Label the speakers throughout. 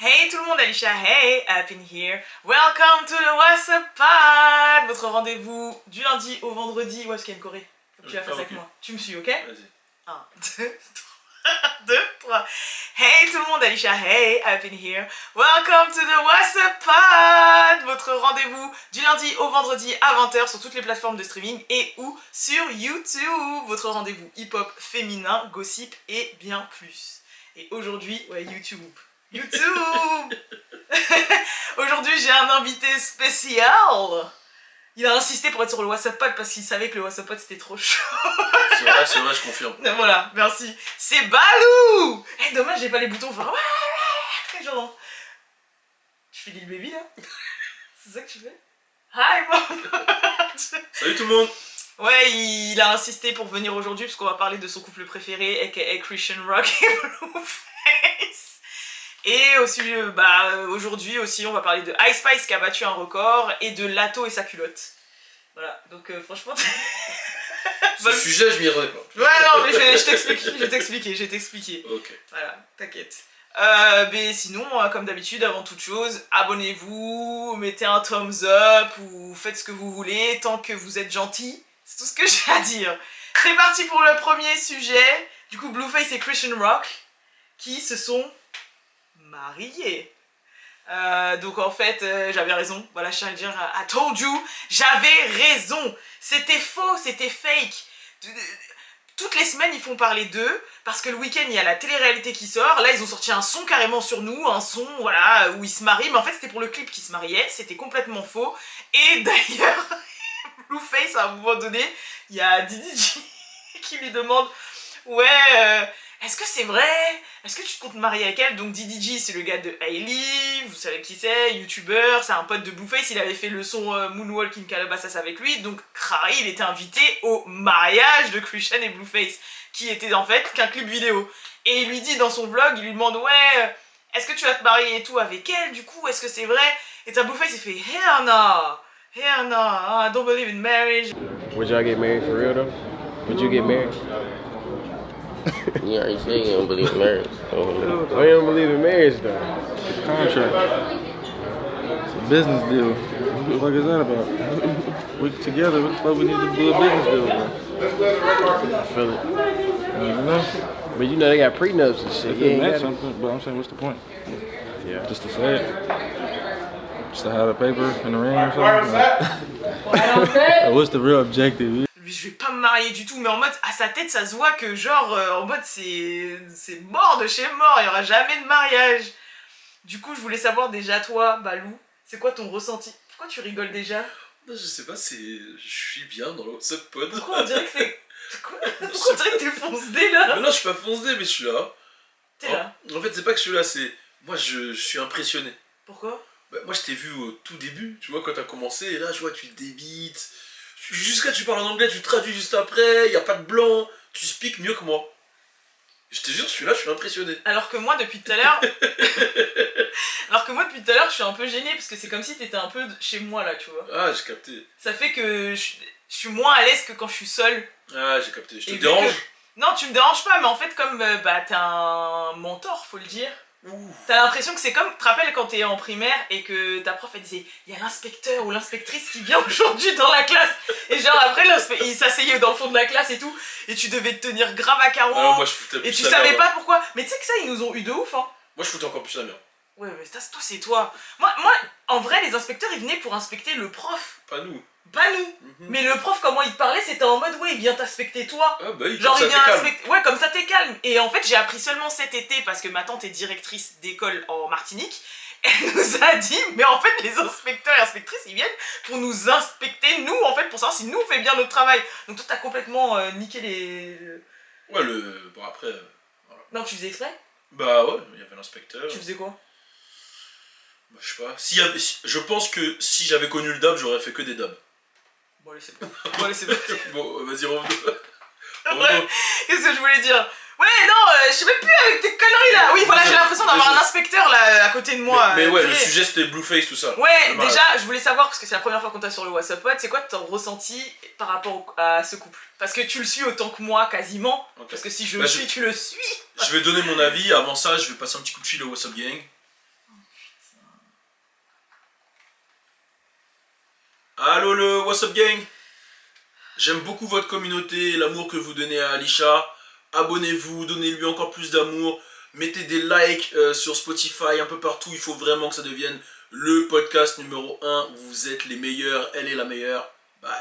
Speaker 1: le monde, Alicia, hey, up in here. Welcome to the What's Up Pod, votre rendez-vous du lundi au vendredi. Où est-ce qu'il y a une Corée Faut que Tu vas faire ça avec
Speaker 2: Ok.
Speaker 1: moi. Tu me suis, ok
Speaker 2: Vas-y.
Speaker 1: 1, 2, 3, 2, 3. Hey tout le monde, Alicia, hey, I've been here. Welcome to the What's Up Pod, votre rendez-vous du lundi au vendredi à 20h sur toutes les plateformes de streaming et ou sur YouTube, votre rendez-vous hip-hop féminin, gossip et bien plus. Et aujourd'hui, ouais, YouTube. YouTube Aujourd'hui, j'ai un invité spécial. Il a insisté pour être sur le WhatsApp Pod parce qu'il savait que le WhatsApp Pod c'était trop chaud.
Speaker 2: C'est vrai, c'est vrai, je confirme.
Speaker 1: Non, Voilà, merci. C'est Balou Eh, dommage, j'ai pas les boutons. Enfin, ouais, ouais, ouais, genre... Tu fais Lil Baby, là C'est ça que tu fais Hi, mom
Speaker 2: Salut tout le monde
Speaker 1: Ouais, il a insisté pour venir aujourd'hui, parce qu'on va parler de son couple préféré, aka Christian Rock et Blueface. Et aussi, euh, bah, aujourd'hui aussi, on va parler de Ice Spice qui a battu un record, et de Lato et sa culotte. Voilà, donc euh, franchement...
Speaker 2: Ce
Speaker 1: Bonne-
Speaker 2: sujet, je m'y remets pas.
Speaker 1: Ouais, non, mais je vais- je t'explique, je vais t'expliquer, je vais t'expliquer.
Speaker 2: Ok.
Speaker 1: Voilà, t'inquiète. Euh, mais sinon, euh, comme d'habitude, avant toute chose, abonnez-vous, mettez un thumbs up ou faites ce que vous voulez tant que vous êtes gentil. C'est tout ce que j'ai à dire. C'est parti pour le premier sujet. Du coup, Blueface et Christian Rock qui se sont mariés. Euh, donc en fait, euh, j'avais raison. Voilà, je tiens à le dire. euh, I told you, j'avais raison. C'était faux, c'était fake. De- de- Toutes les semaines, ils font parler d'eux parce que le week-end, il y a la télé-réalité qui sort. Là, ils ont sorti un son carrément sur nous, un son voilà où ils se marient. Mais en fait, c'était pour le clip qu'ils se mariaient. C'était complètement faux. Et d'ailleurs, Blueface, à un moment donné, il y a Didi G qui lui demande Ouais, euh, est-ce que c'est vrai Est-ce que tu te comptes marier avec elle Donc Didi G, c'est le gars de Hailey, vous savez qui c'est, youtubeur, c'est un pote de Blueface, il avait fait le son euh, Moonwalk in Calabasas avec lui, donc Crary, il était invité au mariage de Christian et Blueface, qui était en fait qu'un clip vidéo. Et il lui dit dans son vlog, il lui demande Ouais, euh, est-ce que tu vas te marier et tout avec elle du coup Est-ce que c'est vrai Et ta Blueface, il fait Hell no Hell no oh, I don't believe in marriage
Speaker 3: Would y'all get married for real though? Would you get married?
Speaker 4: You already said you don't believe in marriage. So,
Speaker 3: I Oh, don't believe in marriage though.
Speaker 5: contract. It's a business deal. What the fuck is that about? we together, what the fuck we need to do a business deal about?
Speaker 3: I feel it.
Speaker 5: I don't know.
Speaker 3: But you know they got prenups and shit.
Speaker 5: If
Speaker 3: You
Speaker 5: it
Speaker 3: ain't
Speaker 5: meant
Speaker 3: gotta-
Speaker 5: something, but I'm saying, what's the point?
Speaker 3: Yeah.
Speaker 5: Just to say it. Just to hide a paper in the ring or something. Like, what's the real objective?
Speaker 1: Lui, je vais pas me marier du tout, mais en mode, à sa tête, ça se voit que genre, euh, en mode, c'est c'est mort de chez mort, il y aura jamais de mariage. Du coup, je voulais savoir déjà, toi, Balou, c'est quoi ton ressenti Pourquoi tu rigoles déjà
Speaker 2: Non, Bah, je sais pas si je suis bien dans le WhatsApp pod.
Speaker 1: Pourquoi on dirait que c'est... Quoi Pourquoi on dirait que t'es foncé là
Speaker 2: Mais non, je suis pas foncé, mais je suis là.
Speaker 1: T'es là.
Speaker 2: En, en fait, c'est pas que je suis là, c'est. Moi, je, je suis impressionné.
Speaker 1: Pourquoi
Speaker 2: Bah, moi, je t'ai vu au tout début, tu vois, quand t'as commencé, et là, je vois, tu débites. Jusqu'à tu parles en anglais, tu traduis juste après, y a pas de blanc, tu speaks mieux que moi. Je te jure, je suis là, je suis impressionné.
Speaker 1: Alors que moi, depuis tout à l'heure... Alors que moi, depuis tout à l'heure, je suis un peu gênée, parce que c'est comme si t'étais un peu de- chez moi là, tu vois.
Speaker 2: Ah, j'ai capté.
Speaker 1: Ça fait que je je suis moins à l'aise que quand je suis seule.
Speaker 2: Ah, j'ai capté. Je te
Speaker 1: Et vu
Speaker 2: dérange
Speaker 1: Non, tu me déranges pas, mais en fait, comme euh, bah, t'es un mentor, faut le dire,
Speaker 2: Ouh.
Speaker 1: t'as l'impression que c'est comme. Tu te rappelles quand t'es en primaire et que ta prof elle disait il y a l'inspecteur ou l'inspectrice qui vient aujourd'hui dans la classe Et genre après, l'inspe- il s'asseyait dans le fond de la classe et tout, et tu devais te tenir grave à carreau,
Speaker 2: Alors, moi, je foutais
Speaker 1: et
Speaker 2: plus
Speaker 1: tu
Speaker 2: la merde,
Speaker 1: savais
Speaker 2: hein.
Speaker 1: pas pourquoi. Mais tu sais que ça, ils nous ont eu de ouf, hein
Speaker 2: Moi, je foutais encore plus la merde.
Speaker 1: Ouais, mais ça, c'est- toi, c'est toi. Moi, moi, en vrai, les inspecteurs ils venaient pour inspecter le prof,
Speaker 2: Pas nous.
Speaker 1: pas nous
Speaker 2: Mhm.
Speaker 1: Mais le prof, comment il parlait, c'était en mode ouais, il vient t'inspecter toi
Speaker 2: Ah bah oui,
Speaker 1: Genre,
Speaker 2: comme
Speaker 1: il
Speaker 2: ça,
Speaker 1: vient
Speaker 2: t'es calme.
Speaker 1: inspecter- Ouais, comme ça, t'es calme. Et en fait, j'ai appris seulement cet été, parce que ma tante est directrice d'école en Martinique. Elle nous a dit, mais en fait, les inspecteurs et inspectrices, ils viennent pour nous inspecter, nous, en fait, pour savoir si nous, on fait bien notre travail. Donc, toi, t'as complètement euh, niqué les.
Speaker 2: Ouais, le... Bon, après... euh,
Speaker 1: Non, tu faisais exprès
Speaker 2: Bah ouais, il y avait l'inspecteur.
Speaker 1: Tu faisais quoi
Speaker 2: Bah, je sais pas. S'il y avait- si- Je pense que si j'avais connu le dab, j'aurais fait que des dabs.
Speaker 1: Bon, allez, c'est bon. Bon, allez, c'est bon.
Speaker 2: bon, euh, vas-y, revenons.
Speaker 1: Ouais, Qu'est-ce que je voulais dire Ouais, non, euh, je sais même plus avec tes conneries là. Oui, voilà, j'ai l'impression d'avoir un inspecteur là à côté de moi.
Speaker 2: mais, mais
Speaker 1: euh,
Speaker 2: ouais, le
Speaker 1: purée.
Speaker 2: sujet, c'était Blueface, tout ça.
Speaker 1: Ouais,
Speaker 2: Dommage.
Speaker 1: déjà, je voulais savoir, parce que c'est la première fois qu'on t'a sur le WhatsApp Pod, c'est quoi ton ressenti par rapport au- à ce couple Parce que tu le suis autant que moi, quasiment.
Speaker 2: Ok.
Speaker 1: Parce que si je
Speaker 2: Bah,
Speaker 1: le
Speaker 2: je-
Speaker 1: suis, tu le suis.
Speaker 2: Je vais donner mon avis. Avant ça, je vais passer un petit coup de fil au WhatsApp Gang. Allô le What's Up Gang J'aime beaucoup votre communauté, l'amour que vous donnez à Alisha. Abonnez-vous, donnez-lui encore plus d'amour. Mettez des likes euh, sur Spotify, un peu partout. Il faut vraiment que ça devienne le podcast numéro 1. Vous êtes les meilleurs, elle est la meilleure. Bye.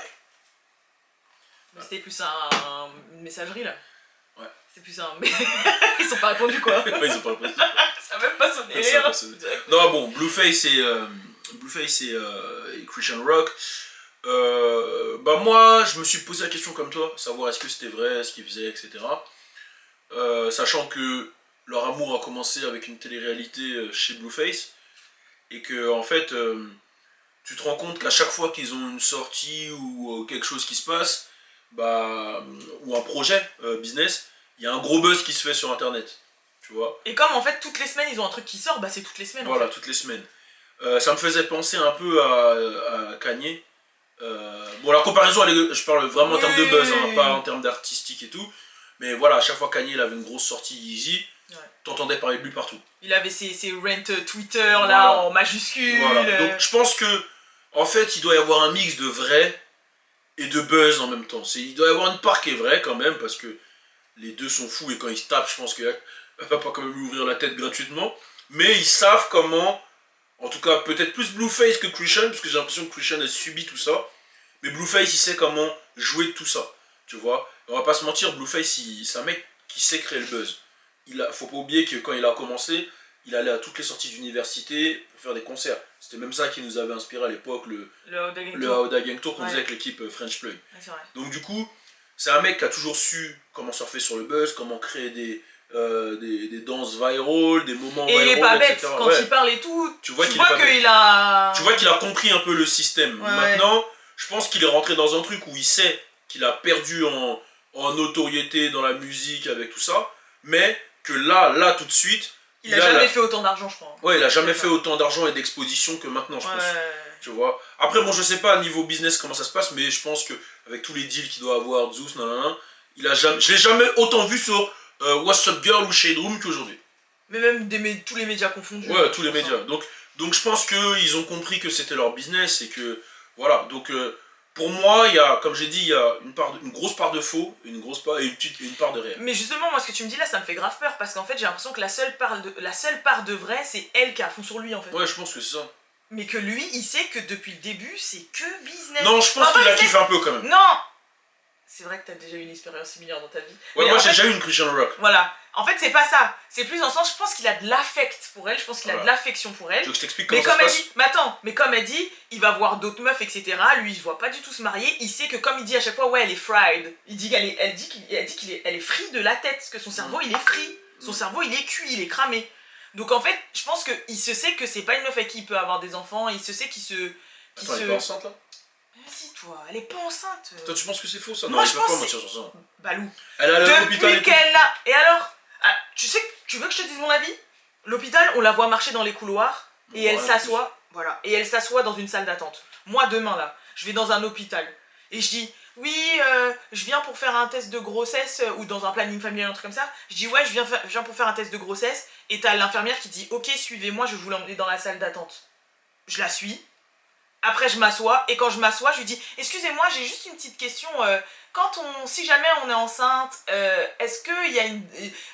Speaker 1: Mais C'était plus un, un- une messagerie là.
Speaker 2: Ouais.
Speaker 1: C'était plus un. Ils sont pas répondus quoi.
Speaker 2: Ouais, ils ont pas répondu.
Speaker 1: Ça a même pas sonné.
Speaker 2: Ça, ça- Non, bon, Blueface et, euh, Blueface et, euh, et Christian Rock. Euh, bah moi, je me suis posé la question comme toi, savoir est-ce que c'était vrai, ce qu'ils faisaient, etc. Euh, sachant que leur amour a commencé avec une télé-réalité euh, chez Blueface. Et que, en fait, euh, tu te rends compte qu'à chaque fois qu'ils ont une sortie ou euh, quelque chose qui se passe, bah, ou un projet euh, business, il y a un gros buzz qui se fait sur Internet. Tu vois
Speaker 1: Et comme en fait toutes les semaines ils ont un truc qui sort, bah c'est toutes les semaines. en
Speaker 2: voilà, toutes les semaines. Euh, ça me faisait penser un peu à, à Kanye. Euh, bon, la comparaison, elle est- je parle vraiment en termes de buzz, hein,
Speaker 1: Oui.
Speaker 2: pas en termes d'artistique et tout. Mais voilà, à chaque fois Kanye il avait une grosse sortie Yeezy,
Speaker 1: Ouais.
Speaker 2: t'entendais parler de lui partout.
Speaker 1: Il avait ses, ses rent euh, Twitter là
Speaker 2: Voilà.
Speaker 1: en majuscule.
Speaker 2: Voilà.
Speaker 1: euh,
Speaker 2: Donc je pense que, en fait, il doit y avoir un mix de vrai et de buzz en même temps. C'est- Il doit y avoir une part qui est vraie quand même, parce que les deux sont fous et quand ils se tapent, je pense qu'elle va pas quand même lui ouvrir la tête gratuitement. Mais ils savent comment, en tout cas peut-être plus Blueface que Christian, parce que j'ai l'impression que Christian a subi tout ça. Mais Blueface, il sait comment jouer de tout ça. Tu vois On va pas se mentir, Blueface, il- c'est un mec qui sait créer le buzz. Il a, faut pas oublier que quand il a commencé, il allait à toutes les sorties d'université pour faire des concerts. C'était même ça qui nous avait inspiré à l'époque, le,
Speaker 1: le Hot Dog and
Speaker 2: le
Speaker 1: Tour.
Speaker 2: Aoda Gang Tour qu'on
Speaker 1: Ouais.
Speaker 2: faisait avec l'équipe euh, French Plug.
Speaker 1: Ouais, Ah, c'est vrai.
Speaker 2: Donc du coup, c'est un mec qui a toujours su comment surfer sur le buzz, comment créer des, euh, des, des danses viral, des moments
Speaker 1: Et il
Speaker 2: viral,
Speaker 1: est pas bête
Speaker 2: etc.
Speaker 1: quand
Speaker 2: Ouais.
Speaker 1: il parle et tout.
Speaker 2: Tu vois
Speaker 1: Tu
Speaker 2: qu'il est
Speaker 1: vois
Speaker 2: pas bête.
Speaker 1: qu'il a.
Speaker 2: Tu vois qu'il a compris un peu le système.
Speaker 1: Ouais,
Speaker 2: Maintenant, je pense qu'il est rentré dans un truc où il sait qu'il a perdu en, en notoriété dans la musique avec tout ça, mais que là, là tout de suite,
Speaker 1: Il a
Speaker 2: il a
Speaker 1: jamais
Speaker 2: la-
Speaker 1: fait autant d'argent, je crois.
Speaker 2: ouais, il a jamais fait autant d'argent et d'exposition que maintenant, je pense.
Speaker 1: Ouais.
Speaker 2: Tu vois. Après, bon, je sais pas niveau business comment ça se passe, mais je pense que avec tous les deals qu'il doit avoir, Zeus, nanana, il a jamais, je l'ai jamais autant vu sur euh, What's Up Girl ou Shade Room qu'aujourd'hui.
Speaker 1: Mais même des mé- tous les médias confondus.
Speaker 2: Ouais, tous les médias. Donc, donc je pense que ils ont compris que c'était leur business et que voilà. Donc euh, pour moi, il y a, comme j'ai dit, il y a une part, de- une grosse part de faux, une grosse part et une petite, une part de réel.
Speaker 1: Mais justement, moi, ce que tu me dis là, ça me fait grave peur parce qu'en fait, j'ai l'impression que la seule part de, la seule part de vrai, c'est elle qui a fond sur lui en fait.
Speaker 2: Ouais, je pense que c'est ça.
Speaker 1: Mais que lui, il sait que depuis le début, c'est que business.
Speaker 2: Non, je pense
Speaker 1: Enfin,
Speaker 2: qu'il la
Speaker 1: il sait-
Speaker 2: kiffe un peu quand même.
Speaker 1: Non C'est vrai que t'as déjà eu une expérience similaire dans ta vie.
Speaker 2: Ouais,
Speaker 1: Mais
Speaker 2: moi
Speaker 1: en
Speaker 2: j'ai
Speaker 1: fait-
Speaker 2: déjà eu une Christian Rock.
Speaker 1: Voilà. En fait, c'est pas ça. C'est plus dans le sens, je pense qu'il a de l'affect pour elle, je pense qu'il a de
Speaker 2: Voilà.
Speaker 1: l'affection pour elle.
Speaker 2: Tu veux que je t'explique comment
Speaker 1: Mais comme
Speaker 2: ça
Speaker 1: elle
Speaker 2: se passe
Speaker 1: dit, mais attends, mais comme elle dit, il va voir d'autres meufs, etc. Lui, il se voit pas du tout se marier. Il sait que comme il dit à chaque fois, ouais, elle est fried. Il dit qu'elle est, elle dit qu'il, elle dit qu'il est, elle est free de la tête, parce que son cerveau, il est free. Son
Speaker 2: Mm.
Speaker 1: cerveau, il est cuit, il est cramé. Donc en fait, je pense que il se sait que c'est pas une meuf avec qui il peut avoir des enfants. Il se sait qu'il se, qu'il
Speaker 2: Attends, elle est
Speaker 1: se.
Speaker 2: pas enceinte là
Speaker 1: Vas-y toi, elle est pas enceinte.
Speaker 2: Toi, tu penses que c'est faux ça
Speaker 1: Moi,
Speaker 2: elle
Speaker 1: je
Speaker 2: peut
Speaker 1: pense
Speaker 2: pas
Speaker 1: que
Speaker 2: mentir sur ça.
Speaker 1: Balou.
Speaker 2: Elle est allée à l'hôpital et
Speaker 1: Depuis
Speaker 2: tout.
Speaker 1: qu'elle a. Et alors Ah, Tu sais, tu veux que je te dise mon avis L'hôpital, on la voit marcher dans les couloirs et
Speaker 2: Ouais,
Speaker 1: elle s'assoit. Voilà. Et elle s'assoit dans une salle d'attente. Moi, demain, là, je vais dans un hôpital et je dis. Oui, euh, je viens pour faire un test de grossesse euh, ou dans un planning familial, un truc comme ça. Je dis ouais, je viens, fa- je viens pour faire un test de grossesse et t'as l'infirmière qui dit ok, suivez-moi, je vais vous l'emmener dans la salle d'attente. Je la suis. Après, je m'assois et quand je m'assois, je lui dis excusez-moi, j'ai juste une petite question. euh, quand on, si jamais on est enceinte, euh, est-ce que il y a une,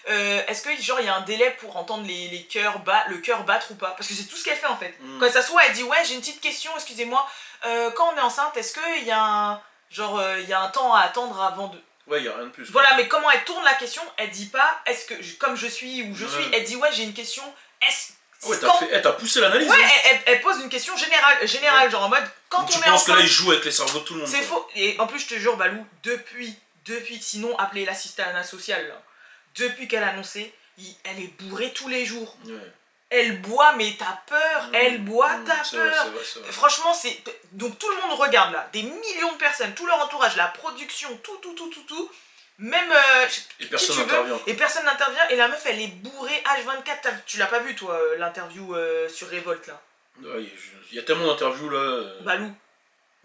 Speaker 1: euh, est-ce que genre il y a un délai pour entendre les, les cœurs bat, le cœur battre ou pas Parce que c'est tout ce qu'elle fait en fait.
Speaker 2: Mm.
Speaker 1: Quand elle s'assoit, elle dit ouais, j'ai une petite question, excusez-moi. Euh, quand on est enceinte, est-ce que il y a un, genre euh, il y a un temps à attendre avant de,
Speaker 2: Ouais, y a rien de plus. quoi.
Speaker 1: voilà, mais comment elle tourne la question Elle dit pas est-ce que je- comme je suis ou je suis.
Speaker 2: Ouais.
Speaker 1: Elle dit ouais, j'ai une question. Est-ce
Speaker 2: Ah Ouais, t'as
Speaker 1: quand-
Speaker 2: fait- eh, t'as poussé l'analyse.
Speaker 1: Ouais,
Speaker 2: hein.
Speaker 1: elle, elle- elle pose une question générale, générale genre en mode quand
Speaker 2: Donc
Speaker 1: on
Speaker 2: tu
Speaker 1: est
Speaker 2: penses que là,
Speaker 1: enceinte.
Speaker 2: il joue avec les cerveaux de tout le monde.
Speaker 1: C'est
Speaker 2: quoi.
Speaker 1: faux. Et en plus, je te jure, Balou, depuis, depuis, sinon appelez l'assistante sociale, là. depuis qu'elle a annoncé, il- elle est bourrée tous les jours.
Speaker 2: Ouais.
Speaker 1: Elle boit, mais t'as peur.
Speaker 2: Mmh,
Speaker 1: Elle boit,
Speaker 2: mmh,
Speaker 1: t'as
Speaker 2: c'est vrai,
Speaker 1: peur.
Speaker 2: c'est vrai, c'est vrai.
Speaker 1: Franchement, c'est. Donc tout le monde regarde là, des millions de personnes, tout leur entourage, la production, tout, tout, tout, tout, tout. Même. euh, je-
Speaker 2: Et
Speaker 1: qui
Speaker 2: personne
Speaker 1: tu veux,
Speaker 2: n'intervient.
Speaker 1: Et personne n'intervient, et la meuf elle est bourrée H24. T'as- Tu l'as pas vu toi, euh, l'interview euh, sur Revolt là
Speaker 2: Ouais, Il y a tellement d'interviews là. euh.
Speaker 1: Balou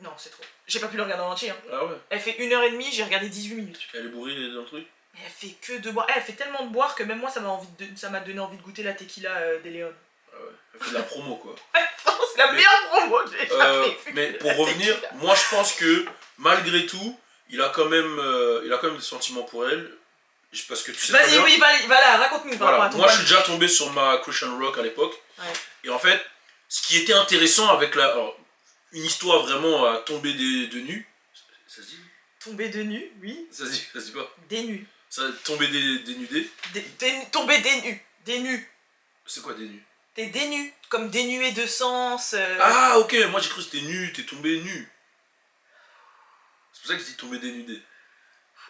Speaker 1: Non, c'est trop. J'ai pas pu le regarder en entier. hein.
Speaker 2: Ah ouais,
Speaker 1: Elle fait 1h30, j'ai regardé 18 minutes.
Speaker 2: elle est bourrée dans le truc.
Speaker 1: Mais elle fait que de boire. Eh, Elle fait tellement de boire que même moi, ça m'a envie de, ça m'a donné envie de goûter la tequila euh, des Léon.
Speaker 2: Ah Elle fait de la promo, quoi.
Speaker 1: Attends, c'est la
Speaker 2: Mais-
Speaker 1: meilleure promo Ah, que j'ai
Speaker 2: Euh,
Speaker 1: jamais vue.
Speaker 2: mais pour
Speaker 1: La
Speaker 2: revenir,
Speaker 1: tequila.
Speaker 2: moi je pense que malgré tout, il a quand même, euh, il a quand même des sentiments pour elle. Je- Parce que tu sais très
Speaker 1: Vas-y,
Speaker 2: bien-
Speaker 1: oui, va, va là, raconte-nous. par
Speaker 2: Voilà,
Speaker 1: rapport à ton
Speaker 2: moi je
Speaker 1: point
Speaker 2: suis déjà tombé sur ma Christian Rock à l'époque.
Speaker 1: Ouais.
Speaker 2: Et en fait, ce qui était intéressant avec la. alors, une histoire vraiment à tomber des, de nu. Ça se dit
Speaker 1: de- Tomber de nu, oui,
Speaker 2: Ça se dit, ça se dit pas.
Speaker 1: dénu.
Speaker 2: Ça, tomber des, dénudé.
Speaker 1: Dé- dénu- Tomber dénu. Dénu.
Speaker 2: C'est quoi dénu
Speaker 1: T'es dénu, comme dénué de sens. euh,
Speaker 2: Ah ok, moi j'ai cru que c'était nu, t'es tombé nu. C'est pour ça que je dis tomber dénudé.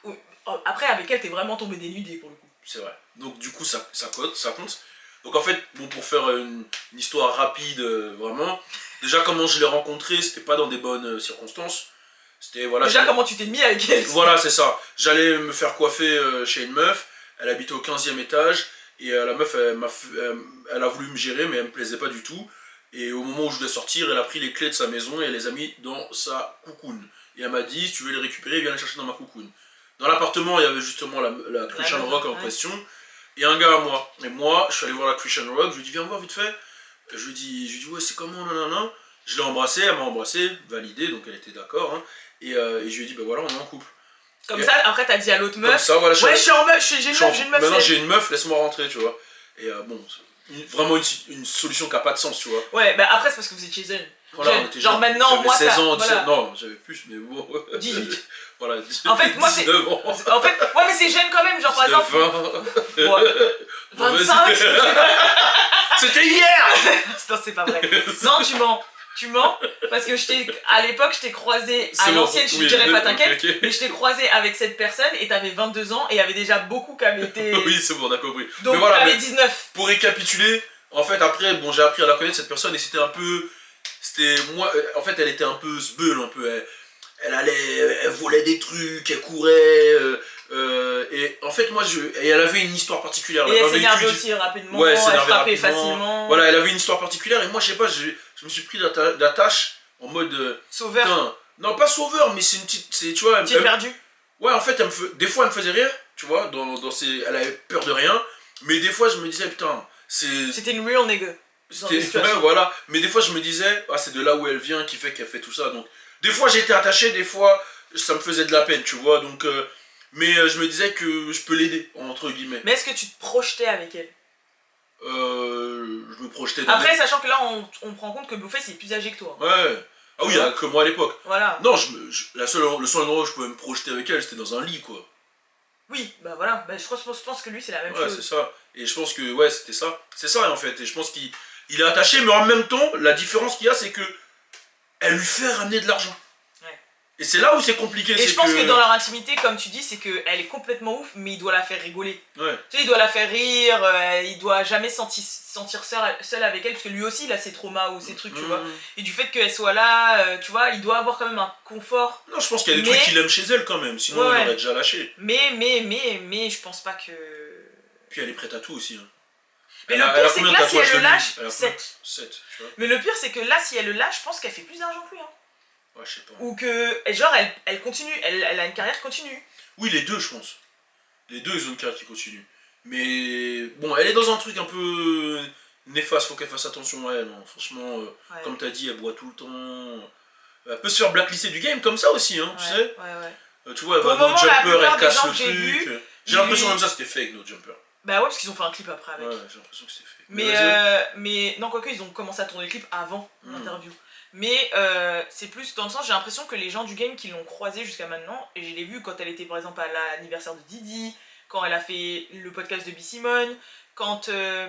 Speaker 1: oh, Après, avec elle, t'es vraiment tombé dénudé pour le coup.
Speaker 2: C'est vrai. Donc du coup, ça, ça cote, ça compte. Donc en fait, bon, pour faire une, une histoire rapide, euh, vraiment, déjà comment je l'ai rencontré, c'était pas dans des bonnes euh, circonstances. C'était, voilà,
Speaker 1: Déjà,
Speaker 2: j'allais-
Speaker 1: comment tu t'es mis avec elle
Speaker 2: voilà c'est ça. J'allais me faire coiffer euh, chez une meuf, elle habitait au 15 e étage, et euh, la meuf, elle, m'a f- elle- elle a voulu me gérer, mais elle me plaisait pas du tout. Et au moment où je devais sortir, elle a pris les clés de sa maison et elle les a mis dans sa coucoune. Et elle m'a dit, si tu veux les récupérer, viens les chercher dans ma coucoune. Dans l'appartement, il y avait justement la, la Christian
Speaker 1: meuf,
Speaker 2: Rock en
Speaker 1: ouais.
Speaker 2: question, et un gars à moi. Et moi, je suis allé voir la Christian Rock, je lui ai dit, viens me voir vite fait. Je lui ai dit, je lui ai dit, ouais, c'est comment, nanana. Je l'ai embrassée, elle m'a embrassé, validé, donc elle était d'accord. hein. Et, euh, et je lui ai dit, ben voilà, on est en couple.
Speaker 1: Comme
Speaker 2: Et-
Speaker 1: ça, après, t'as dit à l'autre
Speaker 2: Comme
Speaker 1: meuf.
Speaker 2: ça, voilà, je suis
Speaker 1: Ouais,
Speaker 2: allé-
Speaker 1: je suis en meuf, j'ai j'ai
Speaker 2: je
Speaker 1: une
Speaker 2: suis en-
Speaker 1: meuf, j'ai une meuf.
Speaker 2: Maintenant
Speaker 1: c'est-
Speaker 2: j'ai une meuf, laisse-moi rentrer, tu vois. Et euh, bon, c'est une- vraiment une, une solution qui n'a pas de sens, tu vois.
Speaker 1: Ouais, bah après, c'est parce que vous étiez jeune.
Speaker 2: Voilà,
Speaker 1: Jeune.
Speaker 2: on était
Speaker 1: Genre
Speaker 2: jeunes.
Speaker 1: maintenant,
Speaker 2: J'avais
Speaker 1: moi, ça-
Speaker 2: 16 ans, 17
Speaker 1: voilà.
Speaker 2: non, j'avais plus, mais bon.
Speaker 1: 18.
Speaker 2: voilà,
Speaker 1: En fait, moi, c'est-
Speaker 2: 19 ans.
Speaker 1: En fait, ouais, mais c'est jeune quand même, genre par exemple.
Speaker 2: 19, 20.
Speaker 1: Ouais. 25
Speaker 2: C'était hier
Speaker 1: Non, c'est pas vrai. Non, tu mens. Tu mens. Parce que je t'ai- à l'époque, je t'ai croisé à
Speaker 2: C'est bon,
Speaker 1: l'ancienne, je te
Speaker 2: oui,
Speaker 1: dirais pas,
Speaker 2: ok,
Speaker 1: t'inquiète.
Speaker 2: ok.
Speaker 1: Mais je t'ai croisé avec cette personne et t'avais 22 ans et il y avait déjà beaucoup qui avaient été.
Speaker 2: Oui, c'est bon, on a compris.
Speaker 1: Donc
Speaker 2: mais voilà,
Speaker 1: t'avais
Speaker 2: mais
Speaker 1: 19.
Speaker 2: pour récapituler, en fait, après, bon, j'ai appris à la connaître cette personne et c'était un peu. C'était moi. euh, En fait, elle était un peu sbeul, un peu. Elle, elle allait, euh, elle volait des trucs, elle courait. euh, euh, et en fait, moi, je. Et elle avait une histoire particulière.
Speaker 1: Et elle
Speaker 2: pas vécu
Speaker 1: s'énervait
Speaker 2: du-
Speaker 1: aussi rapidement,
Speaker 2: Ouais, elle
Speaker 1: elle
Speaker 2: s'énervait
Speaker 1: frappait
Speaker 2: rapidement.
Speaker 1: facilement.
Speaker 2: Voilà, elle avait une histoire particulière et moi, je sais pas, je, je me suis pris d'atta- d'attache en mode. euh,
Speaker 1: Sauveur,
Speaker 2: putain, euh, non, pas sauveur, mais c'est une petite. c'est- Tu vois, elle-
Speaker 1: tu es
Speaker 2: elle-
Speaker 1: perdu.
Speaker 2: Ouais, en fait, elle me fe- des fois, elle me faisait rire, tu vois, dans, dans ses... elle avait peur de rien, mais des fois, je me disais, putain, c'est.
Speaker 1: C'était une real nigga. Genre des
Speaker 2: C'était-
Speaker 1: situations.
Speaker 2: ouais, voilà. Mais des fois, je me disais, ah, c'est de là où elle vient qui fait qu'elle fait tout ça. Donc, des fois, j'étais attaché, des fois, ça me faisait de la peine, tu vois. Donc, euh, mais euh, je me disais que je peux l'aider, entre guillemets.
Speaker 1: Mais est-ce que tu te projetais avec elle
Speaker 2: Euh, je me projetais dans
Speaker 1: Après, sachant que là, on, on prend compte que Blueface il est plus âgé que toi.
Speaker 2: Ouais. Ah oui, il y a que moi à l'époque.
Speaker 1: Voilà.
Speaker 2: Non, je me- je- la seule, le seul endroit où je pouvais me projeter avec elle, c'était dans un lit, quoi.
Speaker 1: Oui, bah voilà. Bah, je pense, je pense que lui, c'est la même
Speaker 2: Ouais, c'est
Speaker 1: chose.
Speaker 2: ça. Et je pense que, ouais, c'était ça. C'est ça, en fait. Et je pense qu'il il est attaché, mais en même temps, la différence qu'il y a, c'est que elle lui fait ramener de l'argent.
Speaker 1: Ouais.
Speaker 2: Et c'est là où c'est compliqué.
Speaker 1: Et
Speaker 2: c'est
Speaker 1: je pense que... dans leur intimité, comme tu dis, c'est qu'elle est complètement ouf, mais il doit la faire rigoler.
Speaker 2: Ouais.
Speaker 1: Tu sais, il doit la faire rire, euh, il doit jamais senti- sentir seul, seul avec elle, parce que lui aussi, il a ses traumas ou ses trucs, tu
Speaker 2: Mmh.
Speaker 1: vois. Et du fait qu'elle soit là, euh, tu vois, il doit avoir quand même un confort.
Speaker 2: Non, je pense qu'il y a des
Speaker 1: Mais-
Speaker 2: trucs qu'il aime chez elle quand même, sinon
Speaker 1: Ouais,
Speaker 2: elle
Speaker 1: ouais.
Speaker 2: aurait déjà lâché.
Speaker 1: Mais, mais, mais, mais, je pense pas que...
Speaker 2: Puis elle est prête à tout aussi. hein.
Speaker 1: Mais
Speaker 2: Elle
Speaker 1: le
Speaker 2: a-
Speaker 1: pire,
Speaker 2: elle a
Speaker 1: c'est que
Speaker 2: combien de
Speaker 1: là, si
Speaker 2: tatouages
Speaker 1: elle le
Speaker 2: de lui
Speaker 1: lâche,
Speaker 2: Elle a combien
Speaker 1: sept.
Speaker 2: 7, tu vois.
Speaker 1: Mais le pire, c'est que là, si elle le lâche, je pense qu'elle fait plus d'argent que lui. hein.
Speaker 2: Ouais, je sais pas.
Speaker 1: Ou que, et genre, elle, elle continue, elle, elle a une carrière continue.
Speaker 2: Oui, les deux, je pense. Les deux, ils ont une carrière qui continue. Mais bon, elle est dans un truc un peu néfaste, faut qu'elle fasse attention à elle. hein. Franchement, euh,
Speaker 1: Ouais.
Speaker 2: comme t'as dit, elle boit tout le temps. Elle peut se faire blacklister du game comme ça aussi, hein, tu
Speaker 1: Ouais,
Speaker 2: sais.
Speaker 1: ouais, ouais.
Speaker 2: Euh, tu vois, elle
Speaker 1: Pour
Speaker 2: va
Speaker 1: le
Speaker 2: dans
Speaker 1: moment, la
Speaker 2: jumper,
Speaker 1: plupart
Speaker 2: elle
Speaker 1: des
Speaker 2: casse
Speaker 1: gens
Speaker 2: le
Speaker 1: que j'ai
Speaker 2: truc.
Speaker 1: vus,
Speaker 2: euh, J'ai l'impression
Speaker 1: ils-
Speaker 2: même ça, c'était fake, no jumper.
Speaker 1: Bah ouais, parce qu'ils ont fait un clip après avec.
Speaker 2: Ouais, j'ai l'impression que c'était fake.
Speaker 1: Mais,
Speaker 2: Vas-y.
Speaker 1: euh, mais non, quoique ils ont commencé à tourner le clip avant
Speaker 2: Hmm.
Speaker 1: l'interview. Mais euh, c'est plus dans le sens, j'ai l'impression que les gens du game qui l'ont croisée jusqu'à maintenant, et je l'ai vu quand elle était par exemple à l'anniversaire de Didi, quand elle a fait le podcast de B. Simone, quand. euh,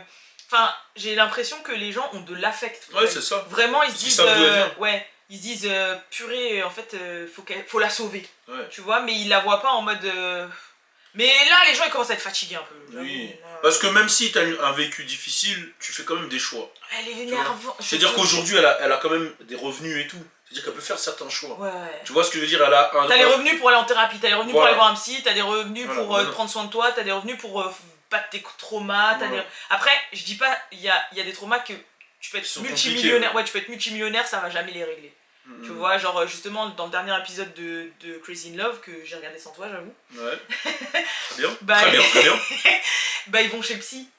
Speaker 1: Enfin, j'ai l'impression que les gens ont de l'affect. pour
Speaker 2: Ouais,
Speaker 1: elle.
Speaker 2: c'est ça.
Speaker 1: Vraiment, ils se
Speaker 2: Parce qu'ils
Speaker 1: disent.
Speaker 2: savent d'où elle
Speaker 1: euh,
Speaker 2: vient.
Speaker 1: ouais, ils se disent, euh, purée, en fait, euh, faut, qu'elle- faut la sauver.
Speaker 2: Ouais.
Speaker 1: Tu vois, mais ils la voient pas en mode. euh, Mais là, les gens ils commencent à être fatigués un peu.
Speaker 2: Oui.
Speaker 1: Vraiment, euh,
Speaker 2: Parce que même si t'as une- un vécu difficile, tu fais quand même des choix.
Speaker 1: Elle est énervante.
Speaker 2: C'est-à-dire qu'aujourd'hui, elle a, elle a quand même des revenus et tout. C'est-à-dire qu'elle peut faire certains choix.
Speaker 1: Ouais, ouais.
Speaker 2: Tu vois ce que je veux dire Elle a un.
Speaker 1: T'as les revenus pour aller en thérapie, t'as les revenus
Speaker 2: euh, Voilà.
Speaker 1: pour aller voir un psy, t'as des revenus
Speaker 2: Voilà,
Speaker 1: pour euh,
Speaker 2: voilà.
Speaker 1: prendre soin de toi, t'as des revenus pour euh, battre tes traumas. t'as
Speaker 2: Voilà.
Speaker 1: des- Après, je dis pas, il y a, il y a des traumas que tu
Speaker 2: Qui
Speaker 1: peux être
Speaker 2: sont
Speaker 1: multimillionnaire, ouais, tu peux être multimillionnaire, ça va jamais les régler.
Speaker 2: Mhm.
Speaker 1: Tu vois, genre euh, justement dans le dernier épisode de, de Crazy in Love que j'ai regardé sans toi, j'avoue,
Speaker 2: Ouais. Mm. très bien.
Speaker 1: Bah,
Speaker 2: très bien, très bien.
Speaker 1: bah ils vont chez le psy.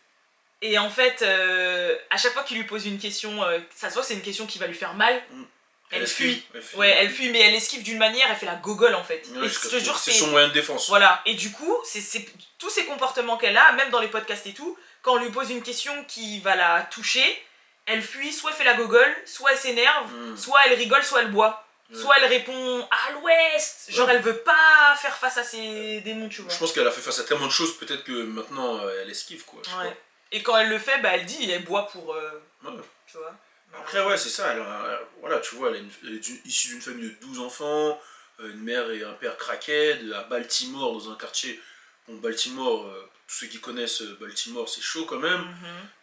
Speaker 1: Et en fait, euh, à chaque fois qu'il lui pose une question, euh, ça se voit que c'est une question qui va lui faire mal.
Speaker 2: Mm.
Speaker 1: Elle, fuit. Ouais, elle fuit, mais elle esquive d'une manière, elle fait la gogole en fait.
Speaker 2: Ouais,
Speaker 1: et
Speaker 2: jusqu'à-
Speaker 1: je te jure,
Speaker 2: c'est
Speaker 1: c'est.
Speaker 2: son moyen de défense.
Speaker 1: Voilà. Et du coup, c'est c'est- tous ces comportements qu'elle a, même dans les podcasts et tout, quand on lui pose une question qui va la toucher, elle fuit, soit elle fait la gogole, soit elle s'énerve,
Speaker 2: Mm.
Speaker 1: soit elle rigole, soit elle boit.
Speaker 2: Ouais.
Speaker 1: Soit elle répond à l'ouest, genre
Speaker 2: Ouais.
Speaker 1: elle veut pas faire face à ses démons, tu vois.
Speaker 2: Mm. Je pense qu'elle a fait face à tellement de choses, peut-être que maintenant euh, elle esquive quoi. je sais
Speaker 1: Ouais. Et quand elle le fait, bah elle dit, elle boit pour. euh,
Speaker 2: pas. Ouais.
Speaker 1: tu vois.
Speaker 2: Après, ouais, c'est ça. Elle a- euh, voilà, tu vois, elle est, une- elle est d'une- issue d'une famille de 12 enfants, euh, une mère et un père craquaient, à Baltimore, dans un quartier. Bon, Baltimore, euh, tous ceux qui connaissent euh, Baltimore, c'est chaud quand même.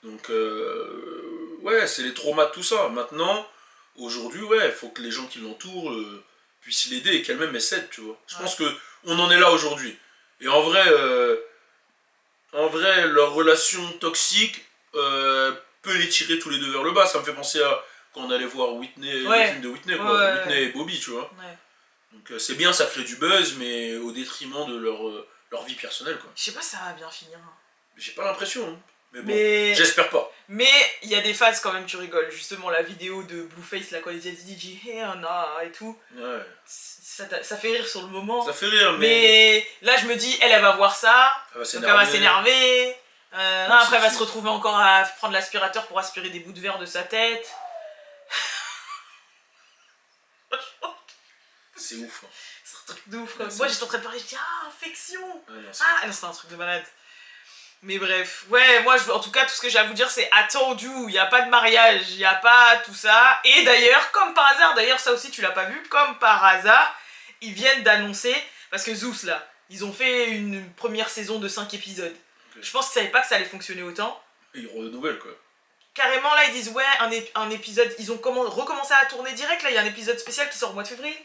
Speaker 1: Mhm.
Speaker 2: Donc, euh, ouais, c'est les traumas, de tout ça. Maintenant, aujourd'hui, ouais, il faut que les gens qui l'entourent euh, puissent l'aider et qu'elle-même elle s'aide, tu vois. Je
Speaker 1: Ouais.
Speaker 2: pense que on en est là aujourd'hui. Et en vrai, euh, en vrai, leur relation toxique euh, peut les tirer tous les deux vers le bas. Ça me fait penser à quand on allait voir Whitney,
Speaker 1: Ouais.
Speaker 2: le film de Whitney, quoi.
Speaker 1: Ouais.
Speaker 2: Whitney et Bobby, tu vois.
Speaker 1: Ouais.
Speaker 2: Donc, euh, c'est bien, ça crée du buzz, mais au détriment de leur, euh, leur vie personnelle, quoi.
Speaker 1: Je sais pas si ça va bien finir. hein.
Speaker 2: J'ai pas l'impression, hein. mais bon,
Speaker 1: Mais
Speaker 2: j'espère pas.
Speaker 1: mais il y a des phases quand même, tu rigoles. Justement, la vidéo de Blueface, la quand il dit DJ Here nah, et tout,
Speaker 2: Ouais.
Speaker 1: ça, t'a- ça fait rire sur le moment.
Speaker 2: Ça fait rire,
Speaker 1: Mais là, je me dis, elle, elle va voir ça,
Speaker 2: Elle va
Speaker 1: donc
Speaker 2: s'énerver.
Speaker 1: elle va s'énerver. Euh, non,
Speaker 2: Ouais,
Speaker 1: après, elle
Speaker 2: c'est
Speaker 1: va se
Speaker 2: sûr.
Speaker 1: retrouver encore à prendre l'aspirateur pour aspirer des bouts de verre de sa tête.
Speaker 2: C'est ouf. hein.
Speaker 1: C'est un truc de ouf.
Speaker 2: Ouais,
Speaker 1: quoi.
Speaker 2: c'est
Speaker 1: Moi,
Speaker 2: ouf.
Speaker 1: j'étais en train de parler, je dis ah, infection.
Speaker 2: Ouais, non, c'est-
Speaker 1: Ah, non, c'est un truc de malade. Mais bref, ouais, moi, je, en tout cas, tout ce que j'ai à vous dire, c'est attendu. Il n'y a pas de mariage, il n'y a pas tout ça. Et d'ailleurs, comme par hasard, d'ailleurs, ça aussi, tu l'as pas vu, comme par hasard, ils viennent d'annoncer, parce que Zeus, là, ils ont fait une première saison de 5 épisodes.
Speaker 2: Ok.
Speaker 1: Je pense qu'ils savaient pas que ça allait fonctionner autant.
Speaker 2: Il renouvelle quoi.
Speaker 1: Carrément, là, ils disent, ouais, un, ép- un épisode, ils ont commen- recommencé à tourner direct. Là, il y a un épisode spécial qui sort au mois de février.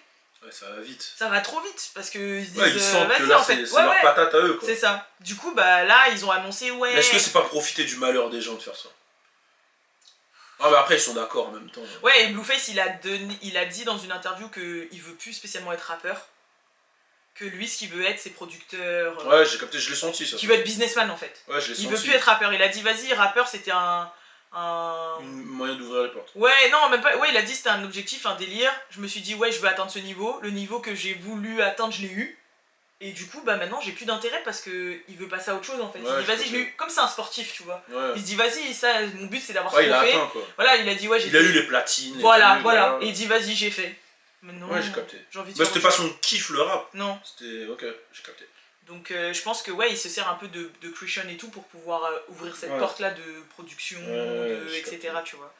Speaker 2: Ouais, ça va vite.
Speaker 1: Ça va trop vite, parce qu'ils se disent,
Speaker 2: Ouais, ils
Speaker 1: euh,
Speaker 2: sentent que
Speaker 1: vas-y,
Speaker 2: là,
Speaker 1: en
Speaker 2: c'est
Speaker 1: fait.
Speaker 2: c'est
Speaker 1: Ouais,
Speaker 2: leur
Speaker 1: ouais.
Speaker 2: patate à eux quoi.
Speaker 1: C'est ça. Du coup, bah là, ils ont annoncé ouais.
Speaker 2: Mais est-ce que c'est pas profiter du malheur des gens de faire ça Ah, mais après, ils sont d'accord en même temps. hein.
Speaker 1: Ouais, et Blueface, il a, donné- il a dit dans une interview que il veut plus spécialement être rappeur. Que lui, ce qu'il veut être, c'est producteur. euh,
Speaker 2: Ouais, j'ai capté, je l'ai senti ça.
Speaker 1: Qu'il veut être businessman en fait.
Speaker 2: Ouais, je l'ai senti.
Speaker 1: Il veut plus être rappeur. Il a dit, vas-y, rappeur, c'était un. un...
Speaker 2: Un moyen d'ouvrir les portes.
Speaker 1: Ouais, non, même pas. Ouais, il a dit c'était un objectif, un délire. Je me suis dit, ouais, je veux atteindre ce niveau. Le niveau que j'ai voulu atteindre, je l'ai eu. Et du coup, bah maintenant, j'ai plus d'intérêt parce que il veut passer à autre chose en fait.
Speaker 2: Ouais,
Speaker 1: il
Speaker 2: je
Speaker 1: dit, vas-y, je l'ai
Speaker 2: comprends.
Speaker 1: eu. Comme c'est un sportif, tu vois.
Speaker 2: Ouais,
Speaker 1: Il se dit, vas-y, ça, mon but c'est d'avoir
Speaker 2: Ouais,
Speaker 1: ce
Speaker 2: il
Speaker 1: qu'on
Speaker 2: a
Speaker 1: fait.
Speaker 2: atteint quoi.
Speaker 1: Voilà, il a dit, ouais, j'ai
Speaker 2: Il a
Speaker 1: fait.
Speaker 2: eu les platines. et
Speaker 1: Voilà,
Speaker 2: tout,
Speaker 1: voilà. Et il dit, vas-y, j'ai fait. Maintenant,
Speaker 2: Ouais, j'ai capté.
Speaker 1: j'ai envie de
Speaker 2: Bah,
Speaker 1: faire
Speaker 2: c'était pas
Speaker 1: autre
Speaker 2: son kiff le rap.
Speaker 1: chose. Non.
Speaker 2: C'était. Ok, j'ai capté.
Speaker 1: Donc, euh, je pense que, ouais, il se sert un peu de, de Christian et tout pour pouvoir euh, ouvrir cette
Speaker 2: Ouais.
Speaker 1: porte-là de production,
Speaker 2: Ouais, ouais,
Speaker 1: de,
Speaker 2: je
Speaker 1: etc.,
Speaker 2: capte.
Speaker 1: tu vois.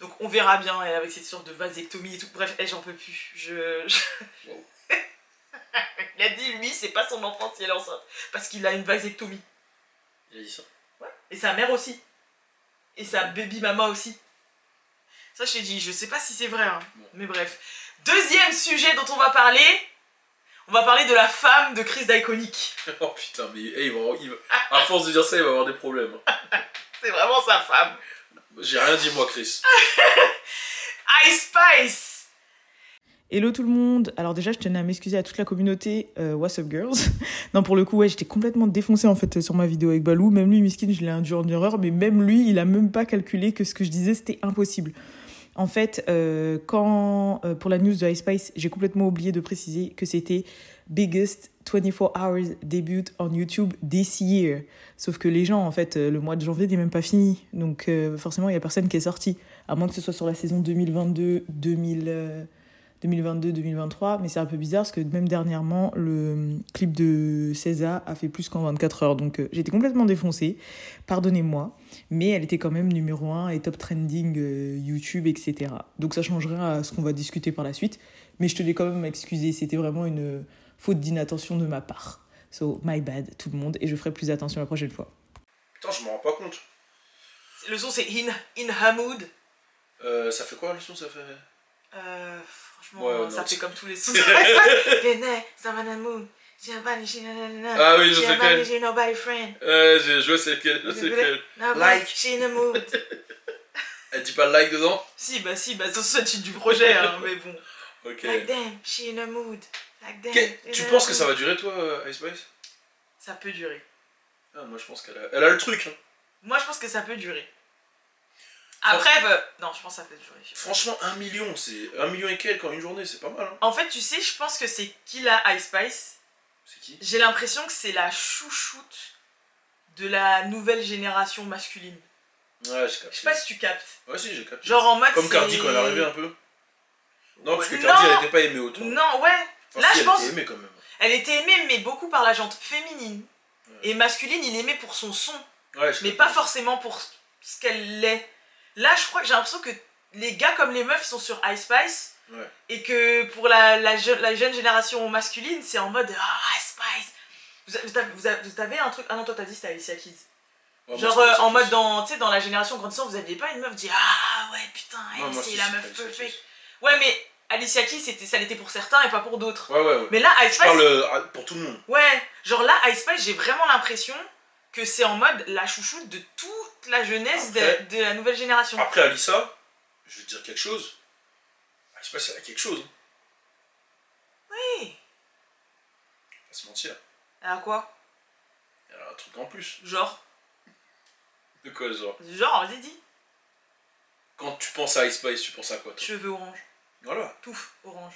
Speaker 1: Donc, on verra bien, et avec cette sorte de vasectomie et tout. Bref, eh, j'en peux plus. Je... je-
Speaker 2: Wow.
Speaker 1: il a dit, lui, c'est pas son enfant si elle est enceinte. Parce qu'il a une vasectomie.
Speaker 2: Il a dit ça.
Speaker 1: Et sa mère aussi. Et sa baby mama aussi. Ça, je t'ai dit, je sais pas si c'est vrai, hein.
Speaker 2: Bon.
Speaker 1: mais bref. Deuxième sujet dont on va parler, on va parler de la femme de Chris d'Iconic.
Speaker 2: oh putain, mais eh, il va- il va- à force de dire ça, il va avoir des problèmes.
Speaker 1: C'est vraiment sa femme.
Speaker 2: J'ai rien dit, moi, Chris.
Speaker 1: Ice Spice Hello tout le monde Alors déjà, je tenais à m'excuser à toute la communauté euh, What's Up Girls. non, pour le coup, ouais, j'étais complètement défoncée en fait euh, sur ma vidéo avec Balou. Même lui, Miskin, je l'ai induit en erreur, mais même lui, il a même pas calculé que ce que je disais, c'était impossible. En fait, euh, quand euh, pour la news de Ice Spice, j'ai complètement oublié de préciser que c'était biggest 24 hours debut on YouTube this year. Sauf que les gens, en fait, euh, le mois de janvier n'est même pas fini, donc euh, forcément, il y a personne qui est sorti, à moins que ce soit sur la saison 2022, 2000, euh, 2022, 2023. Mais c'est un peu bizarre parce que même dernièrement, le hum, clip de César a fait plus qu'en 24 heures, donc euh, j'étais complètement défoncée. Pardonnez-moi mais elle était quand même numéro 1 et top trending euh, YouTube, etc. Donc ça changera à ce qu'on va discuter par la suite, mais je te l'ai quand même excusé, c'était vraiment une euh, faute d'inattention de ma part. So, my bad, tout le monde, et je ferai plus attention la prochaine fois.
Speaker 2: Putain, je m'en rends pas compte.
Speaker 1: Le son, c'est In, in Hamoud.
Speaker 2: Euh, ça fait quoi le son Ça fait.
Speaker 1: Euh, franchement,
Speaker 2: Ouais, ouais,
Speaker 1: ça
Speaker 2: non,
Speaker 1: fait
Speaker 2: c'est-
Speaker 1: comme tous les sons. Venez, Savannah Moon, Giovanni, Giovanni,
Speaker 2: Ah oui, je sais quel.
Speaker 1: Giovanni, j'ai nobody friend.
Speaker 2: Ouais, je, je vois c'est quel. Je sais quel.
Speaker 1: Nobody,
Speaker 2: Like.
Speaker 1: she in the mood.
Speaker 2: Elle dit pas like dedans
Speaker 1: Si, bah si, bah c'est le titre du projet, hein, mais bon.
Speaker 2: Ok.
Speaker 1: Like them, she in the mood. Like them.
Speaker 2: Que- Tu penses que ça va durer toi, euh, Ice Spice
Speaker 1: Ça peut durer.
Speaker 2: ah, Moi je pense qu'elle a... Elle a le truc. Hein.
Speaker 6: Moi, je pense que ça peut durer. Après,
Speaker 1: euh,
Speaker 6: bah, non, je pense que ça peut durer.
Speaker 2: Franchement, un million, c'est un million et quelques en une journée, c'est pas mal. Hein.
Speaker 6: En fait, tu sais, je pense que c'est qui la Ice Spice
Speaker 2: C'est qui
Speaker 6: J'ai l'impression que c'est la chouchoute de la nouvelle génération masculine.
Speaker 2: Ouais, j'ai
Speaker 6: Je
Speaker 2: capté.
Speaker 6: sais pas si tu captes.
Speaker 2: Ouais, si, j'ai capté.
Speaker 6: Genre en mode.
Speaker 2: Comme
Speaker 6: c'est-
Speaker 2: Cardi quand elle est arrivée hein, un peu. Non, parce que
Speaker 6: Ouais.
Speaker 2: Cardi, elle
Speaker 6: Non.
Speaker 2: était pas aimée autant.
Speaker 6: Non, ouais.
Speaker 2: Enfin,
Speaker 6: Là,
Speaker 2: si,
Speaker 6: je
Speaker 2: elle
Speaker 6: pense-
Speaker 2: était aimée quand même.
Speaker 6: Elle était aimée, mais beaucoup par la gente féminine. Et masculine, il aimait pour son son,
Speaker 2: Ouais, j'ai
Speaker 6: mais
Speaker 2: capté.
Speaker 6: pas forcément pour ce qu'elle l'est. Là, je crois que j'ai l'impression que les gars comme les meufs sont sur Ice Spice.
Speaker 2: Ouais.
Speaker 6: Et que pour la, la, je- la jeune génération masculine, c'est en mode Ah, Ice Spice. Vous, a- vous avez, vous avez- vous avez un truc. Ah non, toi, t'as dit c'était Alicia Keys.
Speaker 2: Ouais, moi,
Speaker 6: Genre
Speaker 2: c'est
Speaker 6: euh,
Speaker 2: comme ça
Speaker 6: en
Speaker 2: que
Speaker 6: mode
Speaker 2: je-
Speaker 6: dans, tu sais, dans la génération grandissante, vous aviez pas une meuf qui dit Ah ouais, putain, elle,
Speaker 2: Ouais, moi,
Speaker 6: c'est
Speaker 2: si,
Speaker 6: la
Speaker 2: c'est
Speaker 6: meuf
Speaker 2: Alicia Keys.
Speaker 6: perfect. Ouais, mais Alicia Keys, c'était- ça l'était pour certains et pas pour d'autres.
Speaker 2: Ouais, ouais, ouais.
Speaker 6: Mais là, Ice
Speaker 2: Je
Speaker 6: Spice,
Speaker 2: parle euh, à- pour tout le monde.
Speaker 6: Ouais, genre là, Ice Spice, j'ai vraiment l'impression que c'est en mode la chouchoute de toute la jeunesse
Speaker 2: Après- Ah.
Speaker 6: de, de la nouvelle génération.
Speaker 2: Après, Alissa, je vais te dire quelque chose. Ah, Je sais pas si elle a quelque chose. hein.
Speaker 6: Oui.
Speaker 2: Faut Pas se mentir.
Speaker 6: Alors quoi
Speaker 2: Elle a un truc en plus.
Speaker 6: Genre,
Speaker 2: De quoi, genre
Speaker 6: genre, vas-y, dis.
Speaker 2: Quand tu penses à Ice Spice, tu penses à quoi, toi
Speaker 6: Cheveux orange,
Speaker 2: Voilà.
Speaker 6: touffe orange.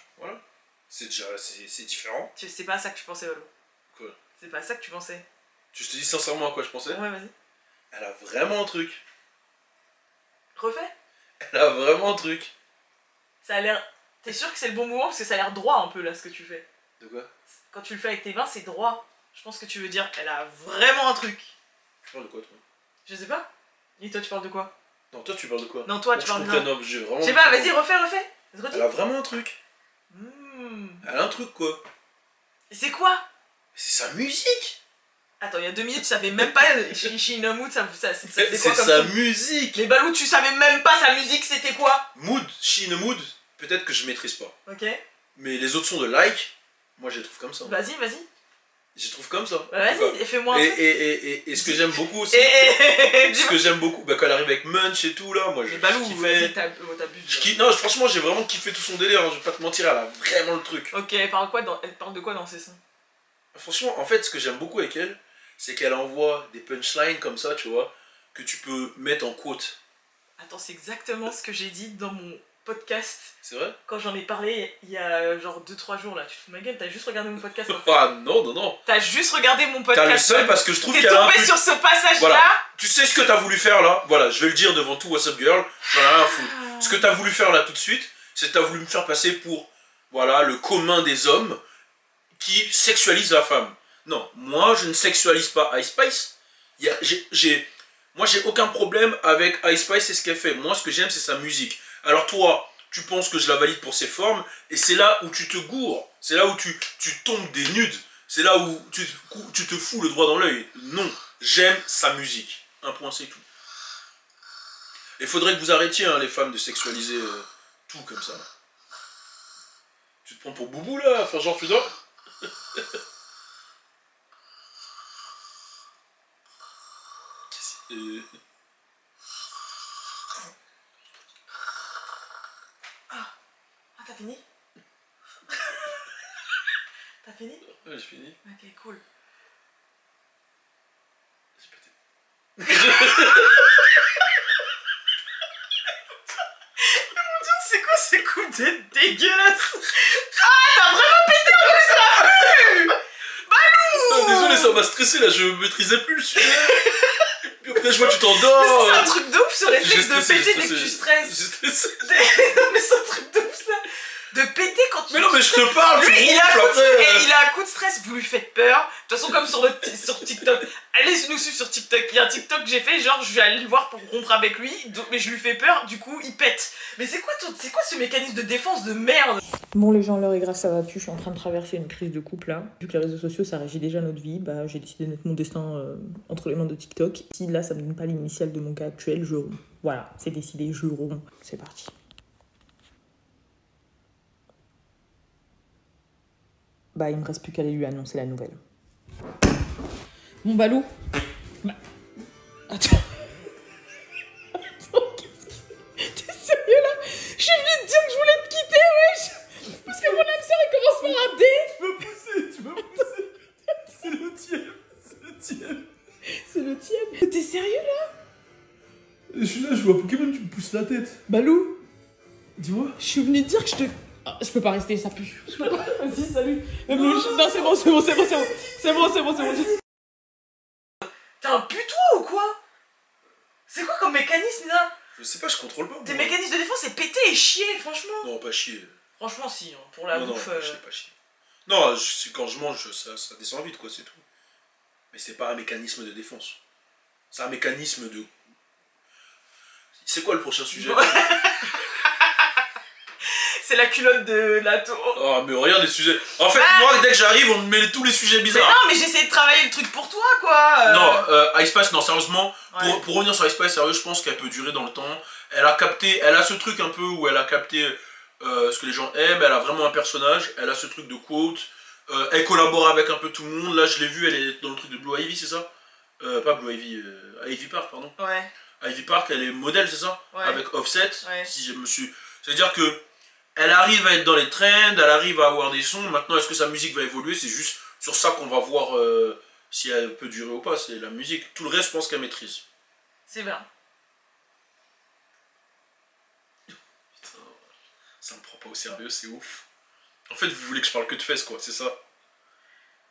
Speaker 2: C'est déjà. C'est c'est différent.
Speaker 6: Tu- C'est pas à ça que tu pensais, Valo.
Speaker 2: Quoi
Speaker 6: C'est pas à ça que tu pensais.
Speaker 2: Tu- Je te dis sincèrement à quoi je pensais.
Speaker 6: Ouais, vas-y.
Speaker 2: Elle a vraiment un truc.
Speaker 6: Refais.
Speaker 2: Elle a vraiment un truc.
Speaker 6: Ça a l'air. T'es sûr que c'est le bon mouvement parce que ça a l'air droit un peu là ce que tu fais.
Speaker 2: De quoi
Speaker 6: Quand tu le fais avec tes mains, c'est droit. Je pense que tu veux dire, elle a vraiment un truc.
Speaker 2: Tu parles de quoi, toi
Speaker 6: Je sais pas. Et toi, tu parles de quoi
Speaker 2: Non, toi, tu parles de quoi
Speaker 6: Non, toi,
Speaker 2: Pour que
Speaker 6: tu
Speaker 2: je
Speaker 6: parles de.
Speaker 2: comprenne,
Speaker 6: non.
Speaker 2: non, j'ai vraiment-
Speaker 6: Je sais pas, vas-y, refais, refais. Redis.
Speaker 2: Elle a vraiment un truc.
Speaker 6: Hmm.
Speaker 2: Elle a un truc, quoi.
Speaker 6: Et C'est quoi
Speaker 2: C'est sa musique
Speaker 6: Attends, il y a deux minutes, tu savais même pas Shishino Mood, ça, ça, ça-
Speaker 2: C'est
Speaker 6: c'était quoi comme
Speaker 2: sa
Speaker 6: son-
Speaker 2: musique
Speaker 6: Mais Balou, tu savais même pas sa musique, c'était quoi
Speaker 2: Mood, Sheen Mood, peut-être que je maîtrise pas.
Speaker 6: Ok,
Speaker 2: Mais les autres sons de Like, moi je les trouve comme ça.
Speaker 6: vas-y, vas-y.
Speaker 2: Je les trouve comme ça.
Speaker 6: Bah,
Speaker 2: En tout
Speaker 6: Vas-y, fais-moi
Speaker 2: cas.
Speaker 6: un
Speaker 2: Et,
Speaker 6: truc.
Speaker 2: et, et, et, et ce que j'aime beaucoup aussi,
Speaker 6: Et, et, et-
Speaker 2: ce que j'aime beaucoup, bah, quand elle arrive avec Munch et tout là, moi je
Speaker 6: Mais Balou,
Speaker 2: je
Speaker 6: vas-y,
Speaker 2: kiffais.
Speaker 6: t'as- oh, t'abuses.
Speaker 2: Je kiffe- Non, franchement, j'ai vraiment kiffé tout son délire, hein, je vais pas te mentir, elle a vraiment le truc.
Speaker 6: Ok, elle parle, quoi dans... elle parle de quoi dans ses sons
Speaker 2: Franchement, en fait, ce que j'aime beaucoup avec elle, c'est qu'elle envoie des punchlines comme ça, tu vois, que tu peux mettre en quote.
Speaker 6: Attends, c'est exactement ce que j'ai dit dans mon podcast.
Speaker 2: C'est vrai
Speaker 6: Quand j'en ai parlé il y a euh, genre 2-3 jours là, tu te fous de ma gueule, t'as juste regardé mon podcast. hein.
Speaker 2: Ah non, non, non.
Speaker 6: T'as juste regardé mon podcast.
Speaker 2: T'as le seul parce que je trouve
Speaker 6: T'es
Speaker 2: qu'elle a un
Speaker 6: tombé
Speaker 2: peu-
Speaker 6: sur ce passage
Speaker 2: Voilà.
Speaker 6: là
Speaker 2: Tu sais ce que t'as voulu faire là Voilà, je vais le dire devant tout What's Up Girl, j'en ai rien à foutre. Ce que t'as voulu faire là tout de suite, c'est que t'as voulu me faire passer pour, voilà, le commun des hommes qui sexualise la femme. Non, moi je ne sexualise pas Ice Spice. Il y a- j'ai- j'ai- moi j'ai aucun problème avec Ice Spice et ce qu'elle fait. Moi ce que j'aime c'est sa musique. Alors toi, tu penses que je la valide pour ses formes et c'est là où tu te gourres. C'est là où tu, tu tombes des nudes. C'est là où tu, te cou- tu te fous le droit dans l'œil. Non, j'aime sa musique. Un point, c'est tout. Il faudrait que vous arrêtiez, hein, les femmes, de sexualiser euh, tout comme ça. Tu te prends pour boubou, là Enfin, genre, tu dors Qu'est-ce
Speaker 6: Euh,
Speaker 2: que-
Speaker 6: Ah, t'as fini T'as fini
Speaker 2: Ouais, j'ai fini.
Speaker 6: Ok, cool.
Speaker 2: J'ai pété.
Speaker 6: C'est quoi ces coups de dégueulasse
Speaker 2: Ah, désolé, ça m'a stressé, là, je maîtrisais plus le sujet. Puis après, je vois, tu
Speaker 6: Mais
Speaker 2: t'endors.
Speaker 6: c'est un truc de ouf ce
Speaker 2: J'ai
Speaker 6: réflexe de
Speaker 2: stressé, j'ai
Speaker 6: péter dès que
Speaker 2: stressé.
Speaker 6: tu stresses.
Speaker 2: J'ai stressé.
Speaker 6: Non, mais c'est un truc de ouf ça. De péter quand tu.
Speaker 2: Mais non, mais je te parle, tu
Speaker 6: Lui, il a,
Speaker 2: ronfles
Speaker 6: un coup de...
Speaker 2: après.
Speaker 6: eh, il a un coup de stress, vous lui faites peur. De toute façon, comme sur, notre... sur TikTok, allez nous suivre sur TikTok. Il y a un TikTok que j'ai fait, genre je vais aller le voir pour rompre avec lui, donc- mais je lui fais peur, du coup il pète. Mais c'est quoi, ton- c'est quoi ce mécanisme de défense de merde
Speaker 1: Bon, les gens, l'heure est grave, ça va plus. Je suis en train de traverser une crise de couple là. Vu que les réseaux sociaux, ça régit déjà notre vie, bah, j'ai décidé de mettre mon destin euh, entre les mains de TikTok. Si là, ça me donne pas l'initiale de mon cas actuel, je romps. Voilà, c'est décidé, je romps. C'est parti. Bah, il me reste plus qu'à aller lui annoncer la nouvelle. Mon ballot Bah, Attends. Attends, qu'est-ce que- T'es sérieux là Je suis venue te dire que je voulais te quitter, wesh parce que mon âme sœur, elle commence par un D. Tu veux pousser, tu veux pousser. C'est le tien, c'est le tien. C'est le tien. T'es sérieux là
Speaker 7: Je suis là, je vois Pokémon, tu me pousses la tête.
Speaker 8: Balou
Speaker 7: Dis-moi.
Speaker 8: Je suis venue te dire que je te. Ah, je peux pas rester, ça pue. Je peux pas. Vas-y, salut. Même le- Non, c'est bon, c'est bon, c'est bon, c'est bon. C'est bon, c'est bon, c'est bon.
Speaker 6: T'es un putois ou quoi C'est quoi comme mécanisme là
Speaker 2: Je sais pas, je contrôle pas.
Speaker 6: Tes
Speaker 2: moi.
Speaker 6: mécanismes de défense, c'est pété et chier, franchement.
Speaker 2: Non, pas chier.
Speaker 6: Franchement, si, hein, pour la
Speaker 2: non,
Speaker 6: bouffe.
Speaker 2: non,
Speaker 6: euh,
Speaker 2: pas chier, pas chier. Non, je- c'est quand je mange, ça, ça descend vite, quoi, c'est tout. Mais c'est pas un mécanisme de défense. C'est un mécanisme de. C'est quoi le prochain sujet
Speaker 6: C'est la culotte de la tour.
Speaker 2: Oh, mais regarde les sujets. En fait,
Speaker 6: Ah.
Speaker 2: moi, dès que j'arrive, on me met tous les sujets
Speaker 6: Mais
Speaker 2: bizarres.
Speaker 6: non, mais j'essaie de travailler le truc pour toi, quoi. euh,
Speaker 2: Non, euh, Ice Spice, non, sérieusement,
Speaker 6: ouais.
Speaker 2: pour, pour revenir sur Ice Spice, sérieux, je pense qu'elle peut durer dans le temps. Elle a capté, elle a ce truc un peu où elle a capté euh, ce que les gens aiment, elle a vraiment un personnage, elle a ce truc de quote, euh, elle collabore avec un peu tout le monde. Là, je l'ai vu, elle est dans le truc de Blue Ivy, c'est ça Euh, Pas Blue Ivy, euh, Ivy Park, pardon.
Speaker 6: Ouais,
Speaker 2: Ivy Park, elle est modèle, c'est ça
Speaker 6: Ouais.
Speaker 2: Avec Offset,
Speaker 6: Ouais.
Speaker 2: si je me suis... C'est-à-dire que elle arrive à être dans les trends, elle arrive à avoir des sons. Maintenant, est-ce que sa musique va évoluer C'est juste sur ça qu'on va voir euh, si elle peut durer ou pas. C'est la musique. Tout le reste, je pense qu'elle maîtrise.
Speaker 6: c'est bien.
Speaker 2: Ah, Putain, ça me prend pas au sérieux, c'est ouf. En fait, vous voulez que je parle que de fesses, quoi, c'est ça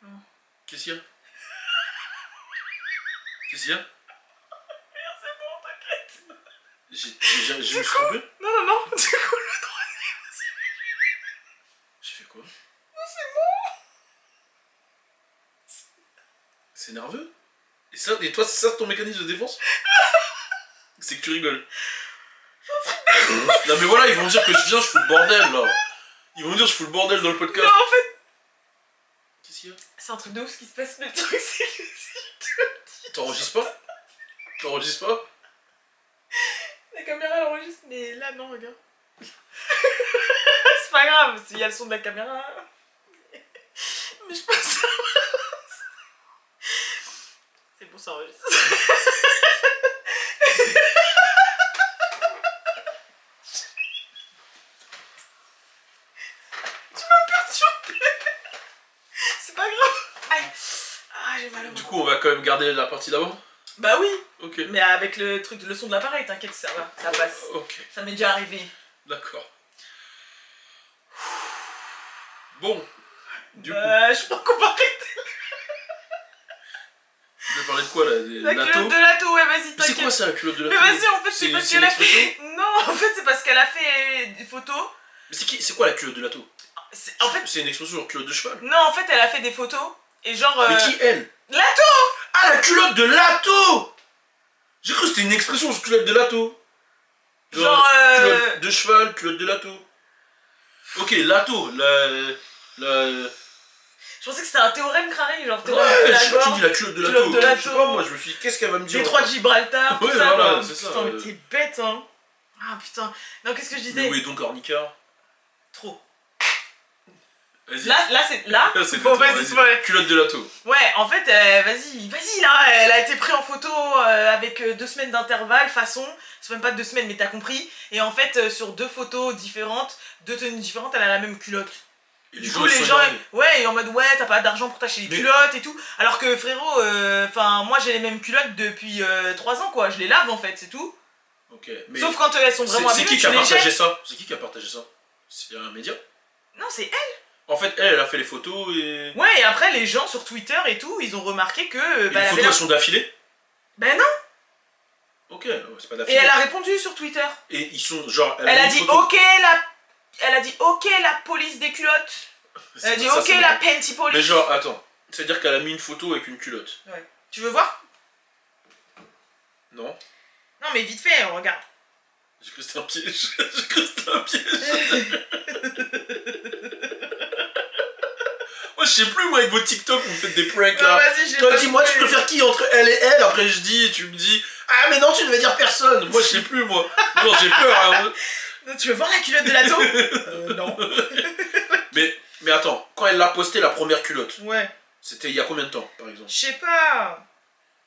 Speaker 6: Non.
Speaker 2: Qu'est-ce qu'il y a Qu'est-ce qu'il y a J'ai- j'ai- J'ai me suis trompé
Speaker 6: Non, non, non. Du coup,
Speaker 2: J'ai fait quoi Non, c'est bon C'est nerveux et, ça, et toi, c'est ça ton mécanisme de défense C'est que tu rigoles. non, mais voilà, ils vont dire que je viens, je fous le bordel là Ils vont dire, je fous le bordel dans le podcast
Speaker 6: non, en fait,
Speaker 2: Qu'est-ce qu'il y a
Speaker 6: c'est un truc de ouf ce qui se passe, mais le truc, c'est que si
Speaker 2: T'enregistres pas T'enregistres pas
Speaker 6: la caméra elle enregistre, mais là, non, regarde. c'est pas grave, s'il y a le son de la caméra. Mais je pense que C'est bon, ça enregistre. tu m'as perturbé. C'est pas grave. Aïe. Ah, j'ai mal au
Speaker 2: Du
Speaker 6: ventre.
Speaker 2: coup, on va quand même garder la partie d'avant
Speaker 6: Bah oui.
Speaker 2: Ok.
Speaker 6: Mais avec le truc, le son de l'appareil, t'inquiète, ça va, ça passe.
Speaker 2: Ok,
Speaker 6: Ça m'est déjà arrivé.
Speaker 2: d'accord. Bon, du coup,
Speaker 6: Euh, je crois qu'on va arrêter
Speaker 2: je vais parler de quoi là Des
Speaker 6: la culotte
Speaker 2: latos
Speaker 6: de lato, ouais, vas-y,
Speaker 2: Mais C'est quoi
Speaker 6: t'inquiète.
Speaker 2: ça la culotte de
Speaker 6: Mais
Speaker 2: lato
Speaker 6: vas-y, en fait,
Speaker 2: C'est-
Speaker 6: c'est parce
Speaker 2: c'est
Speaker 6: qu'elle
Speaker 2: une
Speaker 6: a fait. Non, en fait, c'est parce qu'elle a fait des photos.
Speaker 2: Mais c'est qui- c'est quoi la culotte de lato
Speaker 6: C'est- En fait,
Speaker 2: C'est une expression genre culotte de cheval.
Speaker 6: non, en fait, elle a fait des photos. Et genre. euh,
Speaker 2: Mais qui elle
Speaker 6: Lato
Speaker 2: Ah la culotte de lato J'ai cru que c'était une expression genre culotte de lato.
Speaker 6: Genre. euh,
Speaker 2: culotte de cheval, culotte de lato. Ok, lato, la. la...
Speaker 6: Je pensais que c'était un théorème crané, genre
Speaker 2: Ouais,
Speaker 6: théorème de la
Speaker 2: je sais pas, tu
Speaker 6: gorge.
Speaker 2: dis la culotte de lato.
Speaker 6: Culotte de
Speaker 2: Je sais
Speaker 6: Lato.
Speaker 2: pas, moi je me suis dit, qu'est-ce qu'elle va me dire
Speaker 6: Détroit de Gibraltar, tout
Speaker 2: Ouais,
Speaker 6: ça.
Speaker 2: voilà,
Speaker 6: quoi.
Speaker 2: c'est ça,
Speaker 6: Putain, mais
Speaker 2: euh.
Speaker 6: t'es bête, hein. Ah putain. Non, qu'est-ce que je disais
Speaker 2: Mais où est donc Ornica
Speaker 6: Trop.
Speaker 2: Vas-y.
Speaker 6: Là, là, c'est. Là,
Speaker 2: Là, c'est
Speaker 6: Bon,
Speaker 2: lato,
Speaker 6: vas-y,
Speaker 2: vas-y.
Speaker 6: ouais.
Speaker 2: Culotte de lato.
Speaker 6: Ouais, en fait, euh, vas-y, vas-y, là, elle a été prise en photo euh, avec euh, deux semaines d'intervalle, façon, c'est même pas deux semaines, mais t'as compris. Et en fait, euh, sur deux photos différentes, deux tenues différentes, elle a la même culotte.
Speaker 2: Et
Speaker 6: du coup,
Speaker 2: ils
Speaker 6: les
Speaker 2: sont
Speaker 6: gens,
Speaker 2: énervés.
Speaker 6: ouais, et en mode, ouais, t'as pas d'argent pour t'acheter des
Speaker 2: Mais-
Speaker 6: culottes et tout. Alors que frérot, euh, enfin, moi j'ai les mêmes culottes depuis euh, trois ans, quoi, je les lave en fait, c'est tout.
Speaker 2: Ok, mais.
Speaker 6: Sauf quand euh, elles sont vraiment
Speaker 2: C'est c'est qui
Speaker 6: abîmées,
Speaker 2: qui a
Speaker 6: tu les
Speaker 2: partagé
Speaker 6: jettes.
Speaker 2: ça C'est qui qui a partagé ça C'est un média
Speaker 6: Non, c'est
Speaker 2: En fait, elle, elle a fait les photos et.
Speaker 6: elle. Ouais, et après, les gens sur Twitter et tout, ils ont remarqué que. euh,
Speaker 2: Et les
Speaker 6: bah, elle avait
Speaker 2: photos,
Speaker 6: la-
Speaker 2: elles sont d'affilée
Speaker 6: Ben non,
Speaker 2: Ok, ouais, c'est pas
Speaker 6: et
Speaker 2: d'affilée. Et,
Speaker 6: elle a répondu sur Twitter.
Speaker 2: ils sont genre.
Speaker 6: Elle a
Speaker 2: mis
Speaker 6: dit oh,
Speaker 2: une photo-
Speaker 6: ok la elle a dit ok la police des culottes. Elle a dit
Speaker 2: Ça,
Speaker 6: ok
Speaker 2: c'est
Speaker 6: la
Speaker 2: marrant.
Speaker 6: panty police.
Speaker 2: Mais genre, attends. C'est-à-dire qu'elle a mis une photo avec une culotte.
Speaker 6: Tu veux voir
Speaker 2: Non
Speaker 6: Non mais vite fait, regarde.
Speaker 2: J'ai cru que c'était un piège. J'ai cru que c'était un piège. Moi, je sais plus, moi, avec vos TikTok, vous faites des pranks
Speaker 6: Non,
Speaker 2: là.
Speaker 6: Euh, vas-y, Ah j'ai
Speaker 2: Toi,
Speaker 6: pas
Speaker 2: dis-moi, tu
Speaker 6: compris.
Speaker 2: préfères qui entre elle et elle Après, je dis, tu me dis, ah, mais non, tu ne vas dire personne. Moi, je sais plus, moi. Non, j'ai peur. hein.
Speaker 6: Non, tu veux voir la culotte de la taupe Euh, Non.
Speaker 2: Mais, mais attends, quand elle l'a posté, la première culotte,
Speaker 6: Ouais.
Speaker 2: c'était il y a combien de temps, par exemple
Speaker 6: Je sais pas.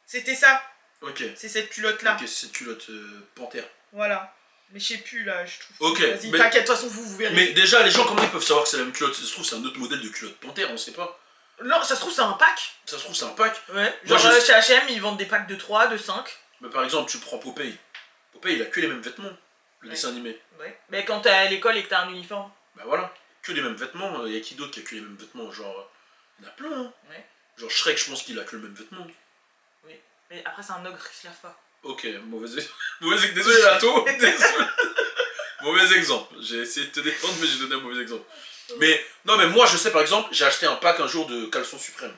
Speaker 6: C'était ça.
Speaker 2: Ok.
Speaker 6: C'est cette culotte là.
Speaker 2: Ok, c'est une culotte euh, panthère.
Speaker 6: Voilà. Mais je sais plus là, je trouve.
Speaker 2: Ok,
Speaker 6: Vas-y,
Speaker 2: mais-
Speaker 6: t'inquiète, de toute façon vous vous verrez.
Speaker 2: Mais déjà, les gens, comment ils peuvent savoir que c'est la même culotte Ça se trouve, c'est un autre modèle de culotte panthère, on sait pas.
Speaker 6: Non, ça se trouve c'est un pack.
Speaker 2: Ça se trouve, c'est un pack.
Speaker 6: Ouais.
Speaker 2: Moi,
Speaker 6: Genre
Speaker 2: je-
Speaker 6: euh, chez H&M, ils vendent des packs de 3, de 5.
Speaker 2: Mais par exemple, tu prends Popeye. Popeye, il a que les mêmes vêtements, le
Speaker 6: Ouais.
Speaker 2: dessin animé.
Speaker 6: Ouais. Mais quand t'es à l'école et que t'as un uniforme.
Speaker 2: Bah voilà, que les mêmes vêtements. Il y a qui d'autre qui a que les mêmes vêtements Genre, il y en a plein. hein.
Speaker 6: Ouais.
Speaker 2: Genre Shrek, je pense qu'il a que le même vêtement.
Speaker 6: Mais après, c'est un ogre qui se lave pas.
Speaker 2: Ok, mauvais, mauvais ex- désolé Lato, désolé. mauvais exemple. J'ai essayé de te défendre, mais j'ai donné un mauvais exemple. Mais non, mais moi je sais par exemple, j'ai acheté un pack un jour de caleçons suprêmes.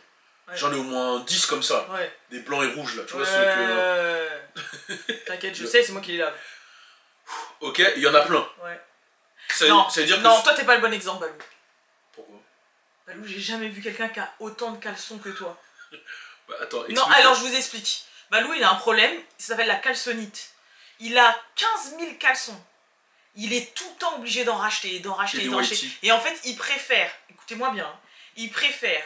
Speaker 6: Ouais.
Speaker 2: J'en ai au moins 10 comme ça,
Speaker 6: Ouais.
Speaker 2: des blancs et rouges là, tu vois ceux que.
Speaker 6: Ouais. T'inquiète, je sais, c'est moi qui les lave.
Speaker 2: Ok, il y en a plein.
Speaker 6: Ouais.
Speaker 2: Ça,
Speaker 6: Non,
Speaker 2: ça veut dire
Speaker 6: non
Speaker 2: que.
Speaker 6: toi, t'es pas le bon exemple, Balou.
Speaker 2: Pourquoi
Speaker 6: Balou, j'ai jamais vu quelqu'un qui a autant de caleçons que toi.
Speaker 2: Bah, attends,
Speaker 6: Non,
Speaker 2: explique-moi.
Speaker 6: alors je vous explique. Balou, il a un problème, il s'appelle la calçonite. Il a 15 000 caleçons. Il est tout le temps obligé d'en racheter, d'en
Speaker 2: Et
Speaker 6: racheter,
Speaker 2: des
Speaker 6: d'en racheter.
Speaker 2: whitey.
Speaker 6: Et en fait, il préfère, écoutez-moi bien, hein, il préfère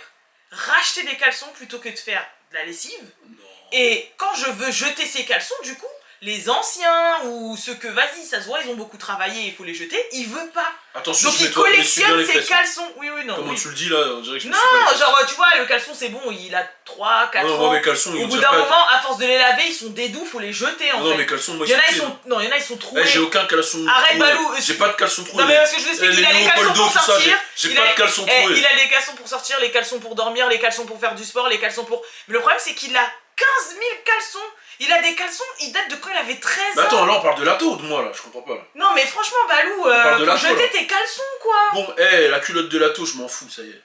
Speaker 6: racheter des caleçons plutôt que de faire de la lessive.
Speaker 2: Non.
Speaker 6: Et quand je veux jeter ces caleçons, du coup, les anciens ou ceux que, vas-y, ça se voit, ils ont beaucoup travaillé, il faut les jeter, il veut pas.
Speaker 2: Attention,
Speaker 6: Donc
Speaker 2: je
Speaker 6: il
Speaker 2: nettoie- mais suis bien
Speaker 6: collectionne
Speaker 2: les
Speaker 6: ses
Speaker 2: fesses.
Speaker 6: caleçons. Oui, oui, non.
Speaker 2: Comment
Speaker 6: oui.
Speaker 2: tu le dis là On dirait que je me
Speaker 6: Non,
Speaker 2: suis pas les
Speaker 6: Genre, tu vois, le caleçon, c'est bon, il a 3, 4
Speaker 2: fesses. Non,
Speaker 6: ans.
Speaker 2: moi mes caleçons, ils
Speaker 6: Au
Speaker 2: ont
Speaker 6: bout
Speaker 2: déjà
Speaker 6: d'un
Speaker 2: pas-
Speaker 6: moment, à force de les laver, ils sont dédous, faut les jeter en
Speaker 2: Non,
Speaker 6: fait.
Speaker 2: mes caleçons, moi
Speaker 6: Il y en a, ils
Speaker 2: clés.
Speaker 6: sont... Non, il y en a, ils sont
Speaker 2: Eh,
Speaker 6: troués.
Speaker 2: J'ai aucun caleçon. troué.
Speaker 6: Arrête, Balou, euh,
Speaker 2: J'ai pas de caleçon troué.
Speaker 6: Non, mais parce que je vous explique,
Speaker 2: Eh, les
Speaker 6: il a les
Speaker 2: nouveaux
Speaker 6: caleçons
Speaker 2: Poldo,
Speaker 6: pour
Speaker 2: tout ça,
Speaker 6: sortir.
Speaker 2: J'ai
Speaker 6: il
Speaker 2: pas
Speaker 6: a-
Speaker 2: de caleçon
Speaker 6: eh,
Speaker 2: troué.
Speaker 6: il a les caleçons pour sortir, les caleçons pour dormir, les caleçons pour faire du sport, les caleçons pour. Mais le problème, c'est qu'il a 15 000 caleçons. Il a des caleçons, il date de quand il avait 13
Speaker 2: Mais Bah,
Speaker 6: ans.
Speaker 2: attends, là on parle de l'ato ou de moi là, je comprends pas. là.
Speaker 6: Non, mais franchement, Balou,
Speaker 2: parle de
Speaker 6: euh, faut
Speaker 2: la
Speaker 6: jeter
Speaker 2: colle.
Speaker 6: tes caleçons quoi.
Speaker 2: Bon, eh, la culotte de l'ato, je m'en fous, ça y est.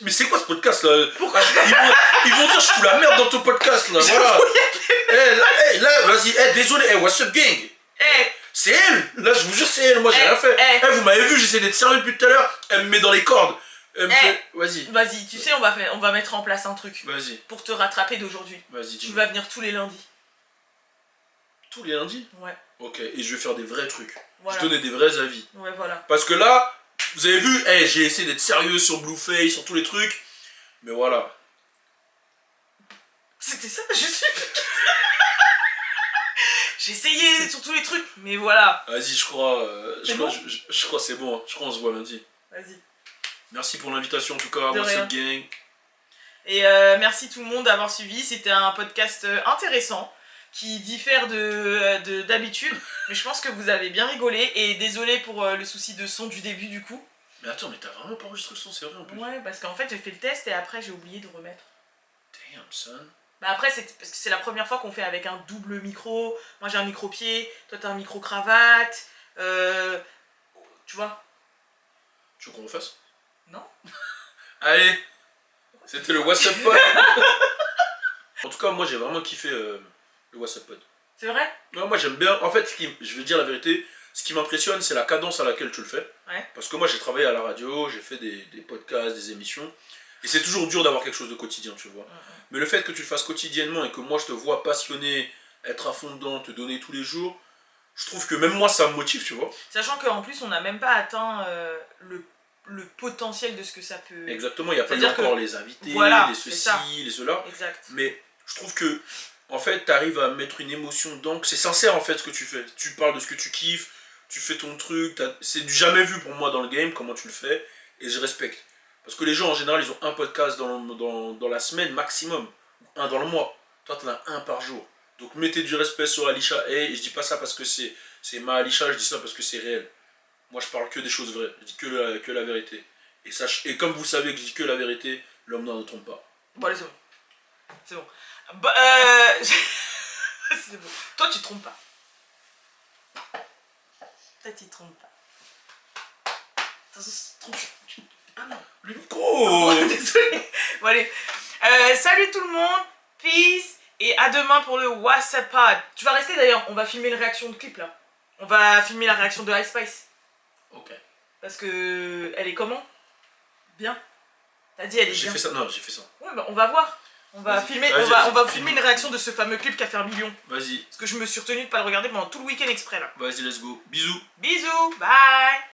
Speaker 2: Mais c'est quoi ce podcast là Pourquoi ils, vont, ils vont dire je fous la merde dans ton podcast là, Bah, voilà. Eh, là, eh, là, vas-y, eh, désolé, eh, what's up gang
Speaker 6: Eh,
Speaker 2: C'est elle Là, je vous jure, c'est elle, moi j'ai
Speaker 6: Eh,
Speaker 2: rien fait.
Speaker 6: eh.
Speaker 2: Eh, vous m'avez vu, j'essaie d'être sérieux depuis tout à l'heure, elle me met dans les cordes. Elle me
Speaker 6: Eh.
Speaker 2: fait, vas-y,
Speaker 6: vas-y, tu sais, on va, faire- on va mettre en place un truc
Speaker 2: vas-y,
Speaker 6: pour te rattraper d'aujourd'hui.
Speaker 2: vas-y,
Speaker 6: Tu
Speaker 2: dis
Speaker 6: vas venir tous les lundis.
Speaker 2: Tous les lundis
Speaker 6: Ouais,
Speaker 2: Ok, et je vais faire des vrais trucs.
Speaker 6: voilà.
Speaker 2: Je donner des vrais avis.
Speaker 6: Ouais, voilà.
Speaker 2: Parce que là, vous avez vu, eh, j'ai essayé d'être sérieux sur Blueface, sur tous les trucs. Mais voilà.
Speaker 6: C'était ça, je suis. J'ai essayé sur tous les trucs, mais voilà.
Speaker 2: Vas-y, je crois. euh, je,
Speaker 6: C'est
Speaker 2: crois
Speaker 6: bon
Speaker 2: je, je- je crois c'est bon. hein. Je crois on se voit lundi.
Speaker 6: Vas-y.
Speaker 2: Merci pour l'invitation en tout cas.
Speaker 6: De
Speaker 2: What's
Speaker 6: rien.
Speaker 2: up, gang.
Speaker 6: Et euh, merci tout le monde d'avoir suivi. C'était un podcast euh, intéressant qui diffère de euh, de- d'habitude, mais je pense que vous avez bien rigolé. Et désolé pour euh, le souci de son du début du coup.
Speaker 2: Mais attends, mais t'as vraiment pas enregistré le son, c'est vrai en plus.
Speaker 6: Ouais, parce qu'en fait j'ai fait le test et après j'ai oublié de remettre.
Speaker 2: Damn, son.
Speaker 6: Bah après c'est parce que c'est la première fois qu'on fait avec un double micro. Moi j'ai un micro pied, toi t'as un micro cravate. Euh, tu vois.
Speaker 2: Tu veux qu'on refasse
Speaker 6: Non.
Speaker 2: Allez, c'était le What's Up Pod. en tout cas, moi j'ai vraiment kiffé euh, le What's Up Pod.
Speaker 6: C'est vrai.
Speaker 2: Non, moi j'aime bien. En fait, ce qui- je vais dire la vérité, ce qui m'impressionne, c'est la cadence à laquelle tu le fais.
Speaker 6: Ouais.
Speaker 2: Parce que moi j'ai travaillé à la radio, j'ai fait des, des podcasts, des émissions. Et c'est toujours dur d'avoir quelque chose de quotidien, tu vois. Mais le fait que tu le fasses quotidiennement et que moi je te vois passionné, être à fond dedans, te donner tous les jours, je trouve que même moi ça me motive, tu vois.
Speaker 6: Sachant qu'en plus, on n'a même pas atteint euh, le, le potentiel de ce que ça peut.
Speaker 2: Exactement, il n'y a pas eu
Speaker 6: C'est-à-dire que-
Speaker 2: encore les invités,
Speaker 6: Voilà,
Speaker 2: les
Speaker 6: c'est ça.
Speaker 2: ceci, les cela.
Speaker 6: Exact.
Speaker 2: Mais je trouve que, en fait, tu arrives à mettre une émotion dedans, que c'est sincère en fait ce que tu fais. Tu parles de ce que tu kiffes, tu fais ton truc, t'as- c'est du jamais vu pour moi dans le game, comment tu le fais, et je respecte. Parce que les gens en général, ils ont un podcast dans, le- dans, dans la semaine maximum, ou un dans le mois. Toi, t'en as un par jour. Donc mettez du respect sur Alisha Hey, et je dis pas ça parce que c'est, c'est ma Alisha, je dis ça parce que c'est réel. Moi, je parle que des choses vraies, je dis que la, que la vérité. Et, sach- et comme vous savez que je dis que la vérité, l'homme n'en trompe pas.
Speaker 6: Bon, allez, c'est bon. C'est bon. Bah, euh, c'est bon. Toi, tu te trompes pas. Toi, tu te trompes pas. De toute façon, tu te trompes. Ah non.
Speaker 2: Le micro
Speaker 6: Désolée. Bon, allez. Euh, salut tout le monde. Peace. Et à demain pour le WhatsApp Pod. Tu vas rester d'ailleurs. On va filmer une réaction de clip là. On va filmer la réaction de Ice Spice.
Speaker 2: Ok.
Speaker 6: Parce que elle est comment Bien. T'as dit elle est
Speaker 2: J'ai
Speaker 6: bien.
Speaker 2: fait ça. Non, j'ai fait ça.
Speaker 6: Ouais, bah, on va voir. On va
Speaker 2: Vas-y.
Speaker 6: filmer,
Speaker 2: Vas-y,
Speaker 6: on va,
Speaker 2: vas-y.
Speaker 6: on va filmer une réaction de ce fameux clip qui a fait un million.
Speaker 2: Vas-y,
Speaker 6: Parce que je me suis retenue de pas le regarder pendant tout le week-end exprès là.
Speaker 2: vas-y, let's go. Bisous.
Speaker 6: Bisous, bye.